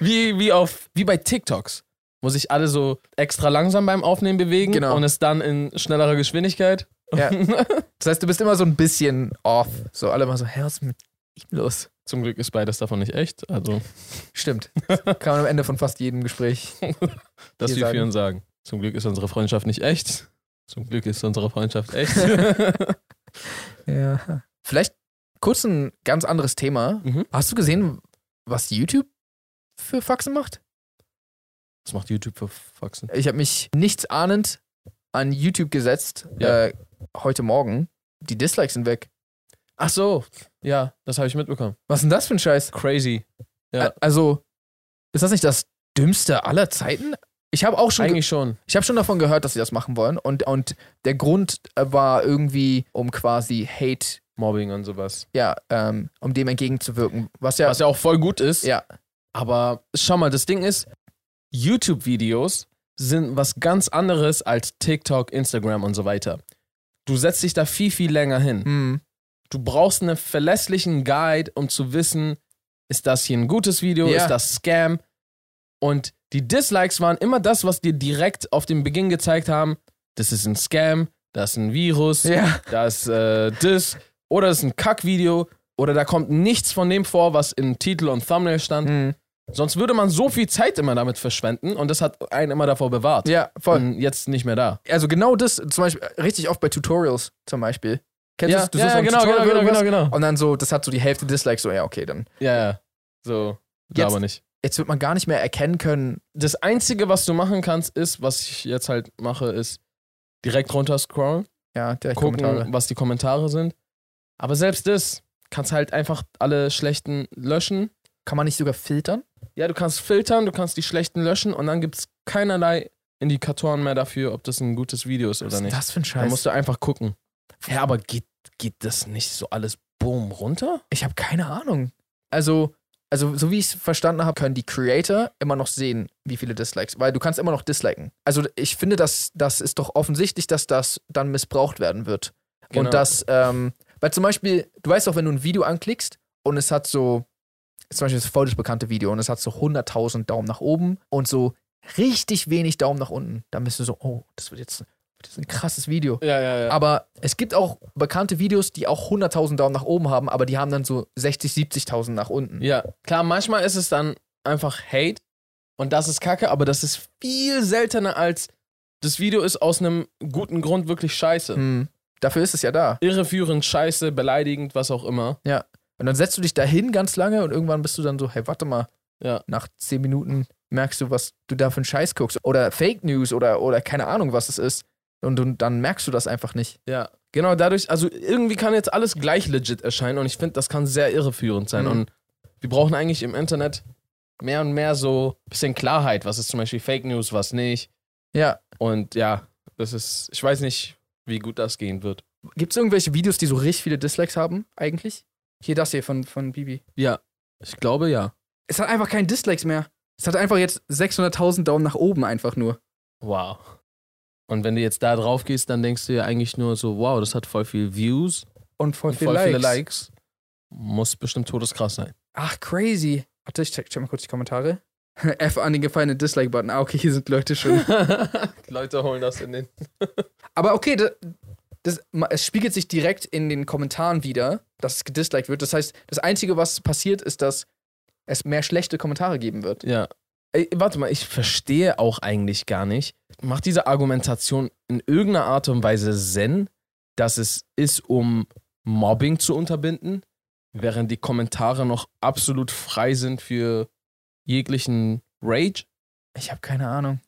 [SPEAKER 3] Wie, wie, auf, wie bei TikToks, wo sich alle so extra langsam beim Aufnehmen bewegen
[SPEAKER 2] Genau.
[SPEAKER 3] und es dann in schnellerer Geschwindigkeit.
[SPEAKER 2] Ja. Das heißt, du bist immer so ein bisschen off. So alle mal so, hä, was ist mit ihm los?
[SPEAKER 3] Zum Glück ist beides davon nicht echt. Also,
[SPEAKER 2] Stimmt. Kann man am Ende von fast jedem Gespräch.
[SPEAKER 3] das
[SPEAKER 2] Wir
[SPEAKER 3] wir
[SPEAKER 2] sagen-
[SPEAKER 3] vielen sagen. Zum Glück ist unsere Freundschaft nicht echt. Zum Glück ist unsere Freundschaft echt.
[SPEAKER 2] Ja. Vielleicht kurz ein ganz anderes Thema.
[SPEAKER 3] Mhm.
[SPEAKER 2] Hast du gesehen, was YouTube für Faxen macht?
[SPEAKER 3] Was macht YouTube für Faxen?
[SPEAKER 2] Ich habe mich nichts ahnend an YouTube gesetzt
[SPEAKER 3] Ja.
[SPEAKER 2] äh, heute Morgen. Die Dislikes sind weg.
[SPEAKER 3] Ach so, ja, das habe ich mitbekommen.
[SPEAKER 2] Was ist denn das für ein Scheiß?
[SPEAKER 3] Crazy. Ja.
[SPEAKER 2] Ä- Also, ist das nicht das dümmste aller Zeiten? Ich habe auch schon ge-
[SPEAKER 3] Eigentlich schon.
[SPEAKER 2] Ich habe schon davon gehört, dass sie das machen wollen. Und, und der Grund äh, war irgendwie, um quasi Hate,
[SPEAKER 3] Mobbing und sowas.
[SPEAKER 2] ja, ähm, um dem entgegenzuwirken. Was ja.
[SPEAKER 3] Was ja auch voll gut ist.
[SPEAKER 2] Ja.
[SPEAKER 3] Aber schau mal, das Ding ist, YouTube-Videos sind was ganz anderes als TikTok, Instagram und so weiter. Du setzt dich da viel, viel länger hin.
[SPEAKER 2] Hm.
[SPEAKER 3] Du brauchst einen verlässlichen Guide, um zu wissen, ist das hier ein gutes Video,
[SPEAKER 2] Ja.
[SPEAKER 3] ist das Scam. Und die Dislikes waren immer das, was dir direkt auf dem Beginn gezeigt haben, das ist ein Scam, das ist ein Virus,
[SPEAKER 2] Ja.
[SPEAKER 3] das äh, das oder das ist ein Kackvideo oder da kommt nichts von dem vor, was in Titel und Thumbnail stand.
[SPEAKER 2] Hm.
[SPEAKER 3] Sonst würde man so viel Zeit immer damit verschwenden und das hat einen immer davor bewahrt.
[SPEAKER 2] Ja, voll.
[SPEAKER 3] Und jetzt nicht mehr da.
[SPEAKER 2] Also genau das, zum Beispiel, äh, richtig oft bei Tutorials zum Beispiel. Kennst
[SPEAKER 3] ja,
[SPEAKER 2] das? du
[SPEAKER 3] ja,
[SPEAKER 2] suchst
[SPEAKER 3] ja,
[SPEAKER 2] am
[SPEAKER 3] genau, genau,
[SPEAKER 2] Tutorial
[SPEAKER 3] genau,
[SPEAKER 2] irgendwas
[SPEAKER 3] genau, genau.
[SPEAKER 2] Und dann so, das hat so die Hälfte Dislikes, so, ja, okay, dann.
[SPEAKER 3] Ja, ja. So,
[SPEAKER 2] Jetzt-
[SPEAKER 3] jetzt, aber nicht.
[SPEAKER 2] Jetzt wird man gar nicht mehr erkennen können.
[SPEAKER 3] Das Einzige, was du machen kannst, ist, was ich jetzt halt mache, ist direkt runter scrollen,
[SPEAKER 2] Ja, direkt
[SPEAKER 3] gucken,
[SPEAKER 2] Kommentare.
[SPEAKER 3] was die Kommentare sind. Aber selbst das kannst halt einfach alle schlechten löschen.
[SPEAKER 2] Kann man nicht sogar filtern?
[SPEAKER 3] Ja, du kannst filtern, du kannst die schlechten löschen und dann gibt es keinerlei Indikatoren mehr dafür, ob das ein gutes Video ist oder
[SPEAKER 2] ist
[SPEAKER 3] nicht.
[SPEAKER 2] das für ein
[SPEAKER 3] Da
[SPEAKER 2] Scheiß?
[SPEAKER 3] musst du einfach gucken. Ja, aber geht, geht das nicht so alles boom runter?
[SPEAKER 2] Ich habe keine Ahnung. Also, also so wie ich es verstanden habe, können die Creator immer noch sehen, wie viele Dislikes, weil du kannst immer noch disliken. Also ich finde, das, das ist doch offensichtlich, dass das dann missbraucht werden wird.
[SPEAKER 3] Genau.
[SPEAKER 2] Und das, ähm, weil zum Beispiel, du weißt doch, wenn du ein Video anklickst und es hat so, zum Beispiel das voll das bekannte Video und es hat so 100.000 Daumen nach oben und so richtig wenig Daumen nach unten, dann bist du so, oh, das wird jetzt, das ist ein krasses Video.
[SPEAKER 3] Ja, ja, ja.
[SPEAKER 2] Aber es gibt auch bekannte Videos, die auch 100.000 Daumen nach oben haben, aber die haben dann so 60, 70.000 nach unten.
[SPEAKER 3] Ja, klar, manchmal ist es dann einfach Hate und das ist Kacke, aber das ist viel seltener als das Video ist aus einem guten Grund wirklich scheiße.
[SPEAKER 2] Hm. Dafür ist es ja da.
[SPEAKER 3] Irreführend, scheiße, beleidigend, was auch immer.
[SPEAKER 2] Und dann setzt du dich dahin ganz lange und irgendwann bist du dann so, hey, warte mal.
[SPEAKER 3] Ja.
[SPEAKER 2] Nach 10 Minuten merkst du, was du da für einen Scheiß guckst. Oder Fake News oder, oder keine Ahnung, was es ist. Und, und dann merkst du das einfach nicht.
[SPEAKER 3] Ja, genau dadurch, also irgendwie kann jetzt alles gleich legit erscheinen und ich finde, das kann sehr irreführend sein
[SPEAKER 2] Mhm.
[SPEAKER 3] und wir brauchen eigentlich im Internet mehr und mehr so ein bisschen Klarheit, was ist zum Beispiel Fake News, was nicht
[SPEAKER 2] Ja.
[SPEAKER 3] und ja, das ist, ich weiß nicht, wie gut das gehen wird.
[SPEAKER 2] Gibt es irgendwelche Videos, die so richtig viele Dislikes haben, eigentlich? Hier das hier von, von Bibi.
[SPEAKER 3] Ja, ich glaube ja.
[SPEAKER 2] Es hat einfach keine Dislikes mehr. Es hat einfach jetzt 600.000 Daumen nach oben einfach nur.
[SPEAKER 3] Wow. Und wenn du jetzt da drauf gehst, dann denkst du ja eigentlich nur so, wow, das hat voll viel Views
[SPEAKER 2] Und voll,
[SPEAKER 3] und voll viele Likes. Muss bestimmt todeskrass sein.
[SPEAKER 2] Ach, crazy. Warte, ich check, check mal kurz die Kommentare. F an den gefallenen Dislike-Button. Ah, okay, hier sind Leute schon.
[SPEAKER 3] Leute holen das in den.
[SPEAKER 2] Aber okay, das, das, ma- es spiegelt sich direkt in den Kommentaren wieder, dass es gedisliked wird. Das heißt, das Einzige, was passiert, ist, dass es mehr schlechte Kommentare geben wird.
[SPEAKER 3] Ja. Ey, warte mal, ich verstehe auch eigentlich gar nicht. Macht diese Argumentation in irgendeiner Art und Weise Sinn, dass es ist, um Mobbing zu unterbinden, während die Kommentare noch absolut frei sind für jeglichen Rage?
[SPEAKER 2] Ich habe keine Ahnung.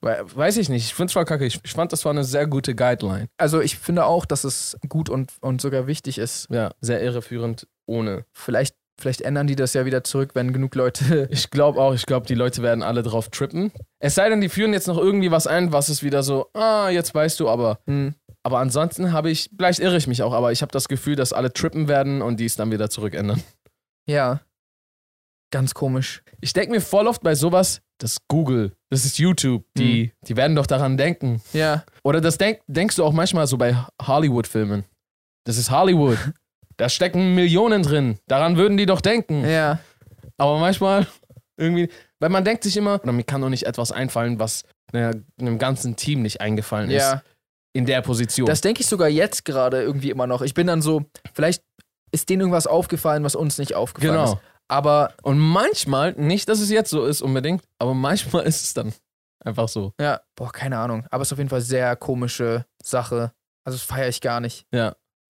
[SPEAKER 3] We- Weiß ich nicht. Ich find's voll kacke. Ich, ich fand, das war eine sehr gute Guideline.
[SPEAKER 2] Also ich finde auch, dass es gut und, und sogar wichtig ist.
[SPEAKER 3] Ja, sehr irreführend ohne.
[SPEAKER 2] Vielleicht, vielleicht ändern die das ja wieder zurück, wenn genug Leute.
[SPEAKER 3] Ich glaube auch, ich glaube, die Leute werden alle drauf trippen. Es sei denn, die führen jetzt noch irgendwie was ein, was ist wieder so, ah, jetzt weißt du, aber.
[SPEAKER 2] Hm.
[SPEAKER 3] Aber ansonsten habe ich, vielleicht irre ich mich auch, aber ich habe das Gefühl, dass alle trippen werden und die es dann wieder zurückändern.
[SPEAKER 2] Ja. Ganz komisch.
[SPEAKER 3] Ich denke mir voll oft bei sowas, das ist Google, das ist YouTube, die, die werden doch daran denken.
[SPEAKER 2] Ja.
[SPEAKER 3] Oder das denk, denkst du auch manchmal so bei Hollywood-Filmen. Das ist Hollywood. Da stecken Millionen drin. Daran würden die doch denken.
[SPEAKER 2] Ja.
[SPEAKER 3] Aber manchmal irgendwie, weil man denkt sich immer, oder mir kann doch nicht etwas einfallen, was naja, einem ganzen Team nicht eingefallen ist.
[SPEAKER 2] Ja.
[SPEAKER 3] In der Position.
[SPEAKER 2] Das denke ich sogar jetzt gerade irgendwie immer noch. Ich bin dann so, vielleicht ist denen irgendwas aufgefallen, was uns nicht aufgefallen ist.
[SPEAKER 3] genau.
[SPEAKER 2] Aber
[SPEAKER 3] Und manchmal, nicht, dass es jetzt so ist unbedingt, aber manchmal ist es dann einfach so.
[SPEAKER 2] ja, boah, keine Ahnung. Aber es ist auf jeden Fall sehr komische Sache. Also das feiere ich gar nicht.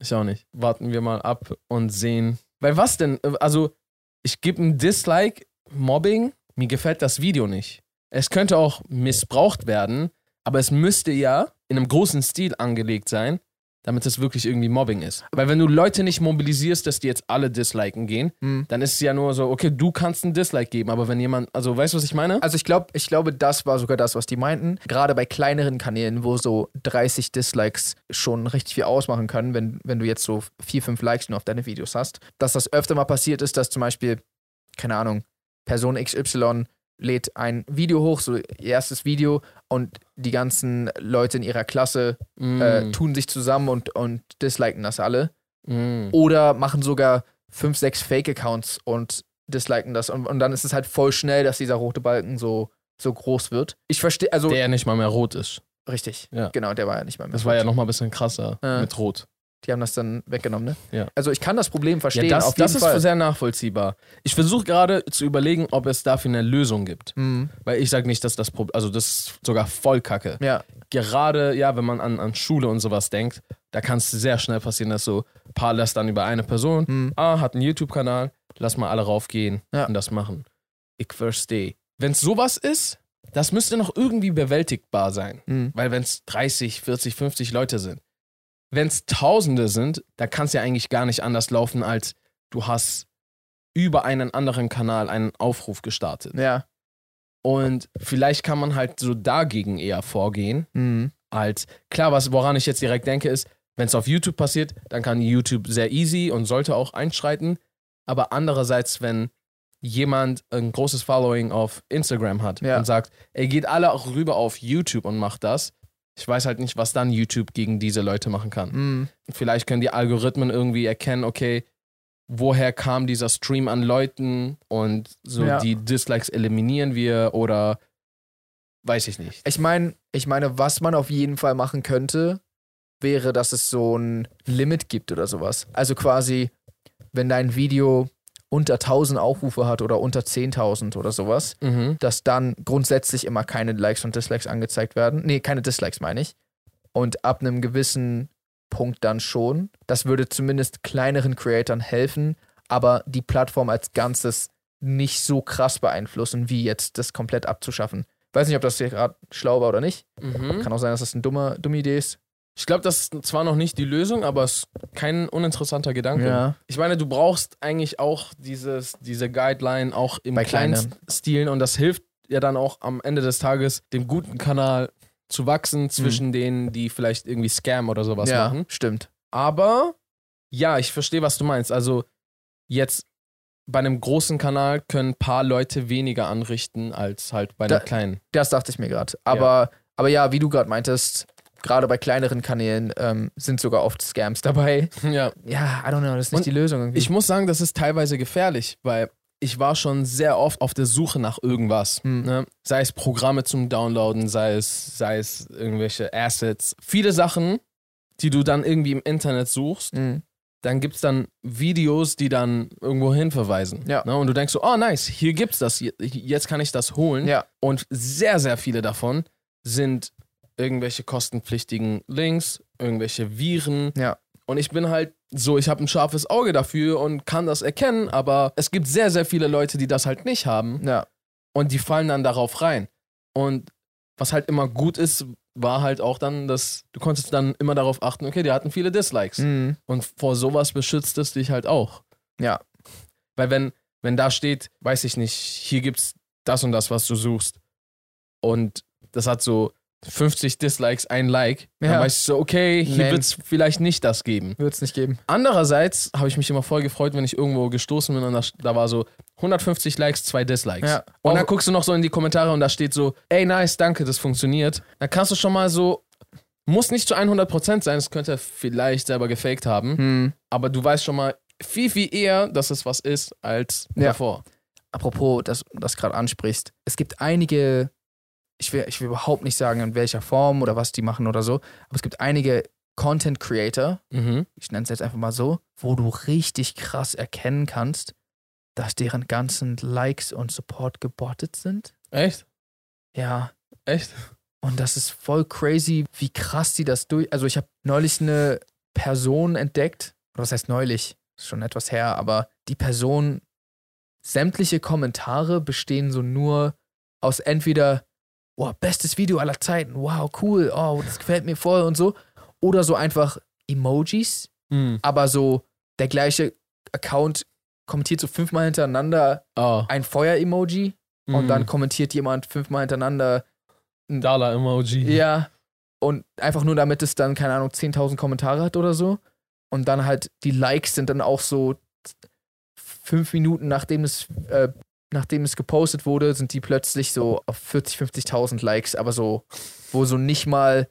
[SPEAKER 3] Ich auch nicht. Warten wir mal ab und sehen. Weil was denn? Also, ich gebe ein Dislike, Mobbing, mir gefällt das Video nicht. Es könnte auch missbraucht werden, aber es müsste ja in einem großen Stil angelegt sein, damit es wirklich irgendwie Mobbing ist. Weil wenn du Leute nicht mobilisierst, dass die jetzt alle disliken gehen,
[SPEAKER 2] Hm.
[SPEAKER 3] dann ist es ja nur so, okay, du kannst ein Dislike geben, aber wenn jemand, also weißt du, was ich meine?
[SPEAKER 2] Also ich glaube, ich glaube, das war sogar das, was die meinten. Gerade bei kleineren Kanälen, wo so 30 Dislikes schon richtig viel ausmachen können, wenn, wenn du jetzt so vier, fünf Likes nur auf deine Videos hast, dass das öfter mal passiert ist, dass zum Beispiel, keine Ahnung, Person XY lädt ein Video hoch, so ihr erstes Video und die ganzen Leute in ihrer Klasse äh,
[SPEAKER 3] Hm,
[SPEAKER 2] tun sich zusammen und, und disliken das alle.
[SPEAKER 3] Mm.
[SPEAKER 2] Oder machen sogar fünf, sechs Fake-Accounts und disliken das. Und, und dann ist es halt voll schnell, dass dieser rote Balken so, so groß wird. Ich verstehe, also
[SPEAKER 3] Der ja nicht mal mehr rot ist.
[SPEAKER 2] richtig,
[SPEAKER 3] Ja.
[SPEAKER 2] genau, der war ja nicht mal mehr.
[SPEAKER 3] Das war ja noch mal ein bisschen krasser
[SPEAKER 2] Ja.
[SPEAKER 3] mit rot.
[SPEAKER 2] Die haben das dann weggenommen, ne?
[SPEAKER 3] Ja.
[SPEAKER 2] Also ich kann das Problem verstehen,
[SPEAKER 3] das
[SPEAKER 2] auf jeden
[SPEAKER 3] das
[SPEAKER 2] Fall.
[SPEAKER 3] ist sehr nachvollziehbar. Ich versuche gerade zu überlegen, ob es dafür eine Lösung gibt.
[SPEAKER 2] Mhm.
[SPEAKER 3] Weil ich sage nicht, dass das Problem, also das ist sogar voll Kacke.
[SPEAKER 2] Ja,
[SPEAKER 3] Gerade, ja, wenn man an, an Schule und sowas denkt, da kann es sehr schnell passieren, dass so ein paar lässt dann über eine Person,
[SPEAKER 2] Mhm.
[SPEAKER 3] ah, hat einen YouTube-Kanal, lass mal alle raufgehen
[SPEAKER 2] Ja.
[SPEAKER 3] und das machen. Ich verstehe. Wenn es sowas ist, das müsste noch irgendwie bewältigbar sein.
[SPEAKER 2] Mhm.
[SPEAKER 3] Weil wenn es 30, 40, 50 Leute sind, wenn es Tausende sind, da kann es ja eigentlich gar nicht anders laufen, als du hast über einen anderen Kanal einen Aufruf gestartet.
[SPEAKER 2] ja.
[SPEAKER 3] Und vielleicht kann man halt so dagegen eher vorgehen,
[SPEAKER 2] Mhm.
[SPEAKER 3] als klar, was woran ich jetzt direkt denke, ist, wenn es auf YouTube passiert, dann kann YouTube sehr easy und sollte auch einschreiten. Aber andererseits, wenn jemand ein großes Following auf Instagram hat
[SPEAKER 2] Ja.
[SPEAKER 3] und sagt, ey, geht alle auch rüber auf YouTube und macht das. Ich weiß halt nicht, was dann YouTube gegen diese Leute machen kann.
[SPEAKER 2] Mhm.
[SPEAKER 3] Vielleicht können die Algorithmen irgendwie erkennen, okay, woher kam dieser Stream an Leuten und so
[SPEAKER 2] Ja.
[SPEAKER 3] die Dislikes eliminieren wir oder weiß ich nicht.
[SPEAKER 2] Ich meine, ich meine, was man auf jeden Fall machen könnte, wäre, dass es so ein Limit gibt oder sowas. Also quasi, wenn dein Video unter 1000 Aufrufe hat oder unter 10.000 oder sowas,
[SPEAKER 3] Mhm.
[SPEAKER 2] dass dann grundsätzlich immer keine Likes und Dislikes angezeigt werden. Nee, keine Dislikes meine ich. Und ab einem gewissen Punkt dann schon. Das würde zumindest kleineren Creatern helfen, aber die Plattform als Ganzes nicht so krass beeinflussen, wie jetzt das komplett abzuschaffen. Weiß nicht, ob das hier gerade schlau war oder nicht.
[SPEAKER 3] Mhm.
[SPEAKER 2] Kann auch sein, dass das eine dumme, dumme Idee ist.
[SPEAKER 3] Ich glaube, das ist zwar noch nicht die Lösung, aber es ist kein uninteressanter Gedanke.
[SPEAKER 2] Ja.
[SPEAKER 3] Ich meine, du brauchst eigentlich auch dieses, diese Guideline auch im
[SPEAKER 2] Bei
[SPEAKER 3] kleinen
[SPEAKER 2] kleineren.
[SPEAKER 3] Stil und das hilft ja dann auch am Ende des Tages dem guten Kanal zu wachsen zwischen denen, die vielleicht irgendwie Scam oder sowas
[SPEAKER 2] Mhm. ja,
[SPEAKER 3] machen.
[SPEAKER 2] stimmt.
[SPEAKER 3] Aber ja, ich verstehe, was du meinst. Also jetzt bei einem großen Kanal können ein paar Leute weniger anrichten als halt bei einem
[SPEAKER 2] Da-
[SPEAKER 3] kleinen.
[SPEAKER 2] Das dachte ich mir gerade. Aber, aber ja, wie du gerade meintest, gerade bei kleineren Kanälen ähm, sind sogar oft Scams dabei.
[SPEAKER 3] Ja.
[SPEAKER 2] Ja, I don't know, das ist nicht
[SPEAKER 3] Und
[SPEAKER 2] die Lösung. Irgendwie.
[SPEAKER 3] Ich muss sagen, das ist teilweise gefährlich, weil ich war schon sehr oft auf der Suche nach irgendwas.
[SPEAKER 2] Hm.
[SPEAKER 3] Ne? Sei es Programme zum Downloaden, sei es, sei es irgendwelche Assets. Viele Sachen, die du dann irgendwie im Internet suchst,
[SPEAKER 2] Mhm.
[SPEAKER 3] dann gibt es dann Videos, die dann irgendwo hinverweisen.
[SPEAKER 2] Ja.
[SPEAKER 3] Ne? Und du denkst so, oh nice, hier gibt's das, je- jetzt kann ich das holen.
[SPEAKER 2] Hm. Ja.
[SPEAKER 3] Und sehr, sehr viele davon sind irgendwelche kostenpflichtigen Links, irgendwelche Viren.
[SPEAKER 2] Ja.
[SPEAKER 3] Und ich bin halt so, ich habe ein scharfes Auge dafür und kann das erkennen, aber es gibt sehr, sehr viele Leute, die das halt nicht haben
[SPEAKER 2] Ja.
[SPEAKER 3] und die fallen dann darauf rein. Und was halt immer gut ist, war halt auch dann, dass du konntest dann immer darauf achten, okay, die hatten viele Dislikes.
[SPEAKER 2] Mhm.
[SPEAKER 3] Und vor sowas beschützt es dich halt auch.
[SPEAKER 2] Ja.
[SPEAKER 3] Weil wenn, wenn da steht, weiß ich nicht, hier gibt's das und das, was du suchst, und das hat so 50 Dislikes, ein Like,
[SPEAKER 2] Ja.
[SPEAKER 3] dann weißt du so, okay, hier
[SPEAKER 2] Lame.
[SPEAKER 3] wird's vielleicht nicht das geben.
[SPEAKER 2] Wird es nicht geben.
[SPEAKER 3] Andererseits habe ich mich immer voll gefreut, wenn ich irgendwo gestoßen bin und da, da war so 150 Likes, zwei Dislikes.
[SPEAKER 2] Ja.
[SPEAKER 3] Und dann
[SPEAKER 2] Auch-
[SPEAKER 3] guckst du noch so in die Kommentare und da steht so, ey, nice, danke, das funktioniert. Dann kannst du schon mal so, muss nicht zu 100% sein, das könnte er vielleicht selber gefaked
[SPEAKER 2] Hm.
[SPEAKER 3] haben, aber du weißt schon mal viel, viel eher, dass es was ist, als
[SPEAKER 2] Ja.
[SPEAKER 3] davor.
[SPEAKER 2] Apropos, dass du das gerade ansprichst. Es gibt einige, ich will, ich will überhaupt nicht sagen, in welcher Form oder was die machen oder so, aber es gibt einige Content Creator,
[SPEAKER 3] Mhm.
[SPEAKER 2] ich nenne es jetzt einfach mal so, wo du richtig krass erkennen kannst, dass deren ganzen Likes und Support gebottet sind.
[SPEAKER 3] Echt?
[SPEAKER 2] Ja.
[SPEAKER 3] Echt?
[SPEAKER 2] Und das ist voll crazy, wie krass die das durch. Also, ich habe neulich eine Person entdeckt. Oder was heißt neulich? Ist schon etwas her, aber die Person, sämtliche Kommentare bestehen so nur aus entweder, oh, bestes Video aller Zeiten, wow, cool, oh, das gefällt mir voll und so. Oder so einfach Emojis,
[SPEAKER 3] Mhm.
[SPEAKER 2] aber so der gleiche Account kommentiert so fünfmal hintereinander
[SPEAKER 3] Oh.
[SPEAKER 2] ein Feuer-Emoji und
[SPEAKER 3] Mhm.
[SPEAKER 2] dann kommentiert jemand fünfmal hintereinander
[SPEAKER 3] Dollar-Emoji.
[SPEAKER 2] ja. Und einfach nur damit es dann, keine Ahnung, 10.000 Kommentare hat oder so. Und dann halt die Likes sind dann auch so fünf Minuten, nachdem das äh, nachdem es gepostet wurde, sind die plötzlich so auf 40, 50.000 Likes, aber so, wo so nicht mal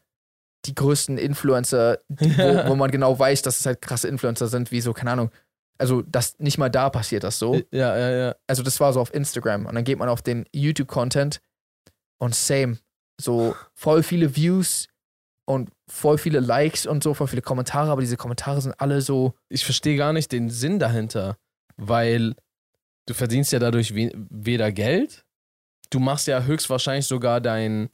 [SPEAKER 2] die größten Influencer, die, wo, wo man genau weiß, dass es halt krasse Influencer sind, wie so, keine Ahnung. Also, das nicht mal da passiert das so.
[SPEAKER 3] Ja, ja, ja.
[SPEAKER 2] Also, das war so auf Instagram. Und dann geht man auf den YouTube-Content und same. So voll viele Views und voll viele Likes und so, voll viele Kommentare, aber diese Kommentare sind alle so.
[SPEAKER 3] Ich verstehe gar nicht den Sinn dahinter, weil du verdienst ja dadurch we weder Geld, du machst ja höchstwahrscheinlich sogar deinen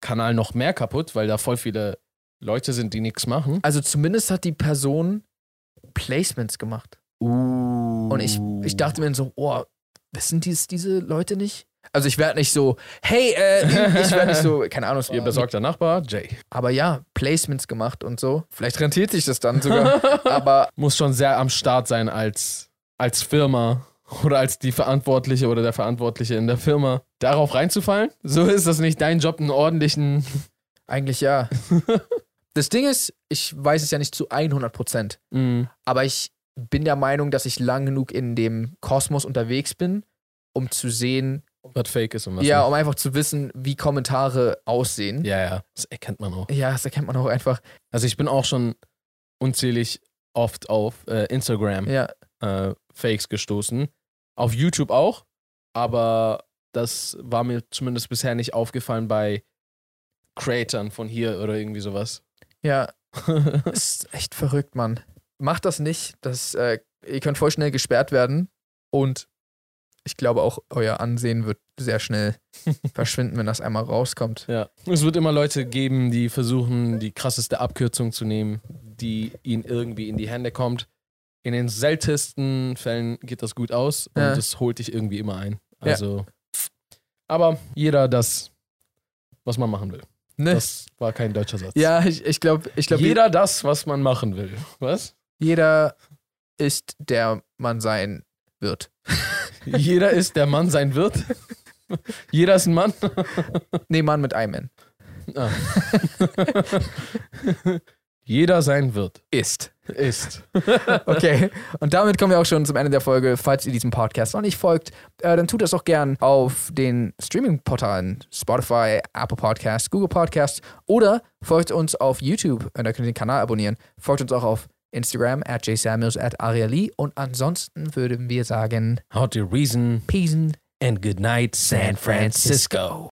[SPEAKER 3] Kanal noch mehr kaputt, weil da voll viele Leute sind, die nichts machen.
[SPEAKER 2] Also, zumindest hat die Person Placements gemacht.
[SPEAKER 3] Und
[SPEAKER 2] Und ich, ich dachte mir dann so, oh, wissen dies, diese Leute nicht? Also ich werde nicht so, hey, äh, ich werde nicht so, keine Ahnung,
[SPEAKER 3] Ihr besorgter Nachbar, Jay.
[SPEAKER 2] aber ja, Placements gemacht und so. Vielleicht rentiert sich das dann sogar. aber
[SPEAKER 3] Muss schon sehr am Start sein als, als Firma oder als die Verantwortliche oder der Verantwortliche in der Firma. Darauf reinzufallen? So ist das nicht dein Job, einen ordentlichen.
[SPEAKER 2] eigentlich ja. Das Ding ist, ich weiß es ja nicht zu 100 Prozent,
[SPEAKER 3] Mm,
[SPEAKER 2] aber ich bin der Meinung, dass ich lang genug in dem Kosmos unterwegs bin, um zu sehen,
[SPEAKER 3] was fake ist und was
[SPEAKER 2] ja,
[SPEAKER 3] nicht.
[SPEAKER 2] um einfach zu wissen, wie Kommentare aussehen.
[SPEAKER 3] Ja, ja. Das erkennt man auch.
[SPEAKER 2] ja, das erkennt man auch einfach.
[SPEAKER 3] Also ich bin auch schon unzählig oft auf äh, Instagram
[SPEAKER 2] Ja,
[SPEAKER 3] äh, Fakes gestoßen. Auf YouTube auch, aber das war mir zumindest bisher nicht aufgefallen bei Creatern von hier oder irgendwie sowas.
[SPEAKER 2] Ja. ist echt verrückt, Mann. Macht das nicht. Das, äh, ihr könnt voll schnell gesperrt werden. Und ich glaube auch, euer Ansehen wird sehr schnell verschwinden, wenn das einmal rauskommt.
[SPEAKER 3] Ja. Es wird immer Leute geben, die versuchen, die krasseste Abkürzung zu nehmen, die ihnen irgendwie in die Hände kommt. In den seltensten Fällen geht das gut aus und
[SPEAKER 2] Ja.
[SPEAKER 3] es holt dich irgendwie immer ein.
[SPEAKER 2] Ja.
[SPEAKER 3] Also, aber jeder das, was man machen will.
[SPEAKER 2] Ne?
[SPEAKER 3] Das war kein deutscher Satz.
[SPEAKER 2] Ja, ich, ich glaube, ich glaub,
[SPEAKER 3] jeder das, was man machen will. Was?
[SPEAKER 2] jeder ist, der man sein wird.
[SPEAKER 3] Jeder ist der Mann sein wird. Jeder ist ein Mann.
[SPEAKER 2] Nee, Mann mit einem N.
[SPEAKER 3] Ah. Jeder sein wird.
[SPEAKER 2] Ist.
[SPEAKER 3] Ist.
[SPEAKER 2] Okay. Und damit kommen wir auch schon zum Ende der Folge. Falls ihr diesem Podcast noch nicht folgt, äh, dann tut das doch gern auf den Streaming-Portalen Spotify, Apple Podcasts, Google Podcasts oder folgt uns auf YouTube. Äh, Da könnt ihr den Kanal abonnieren. Folgt uns auch auf Instagram at jsamuels at ariali. Und ansonsten würden wir sagen,
[SPEAKER 3] How to reason
[SPEAKER 2] Peace.
[SPEAKER 3] and good night, San Francisco.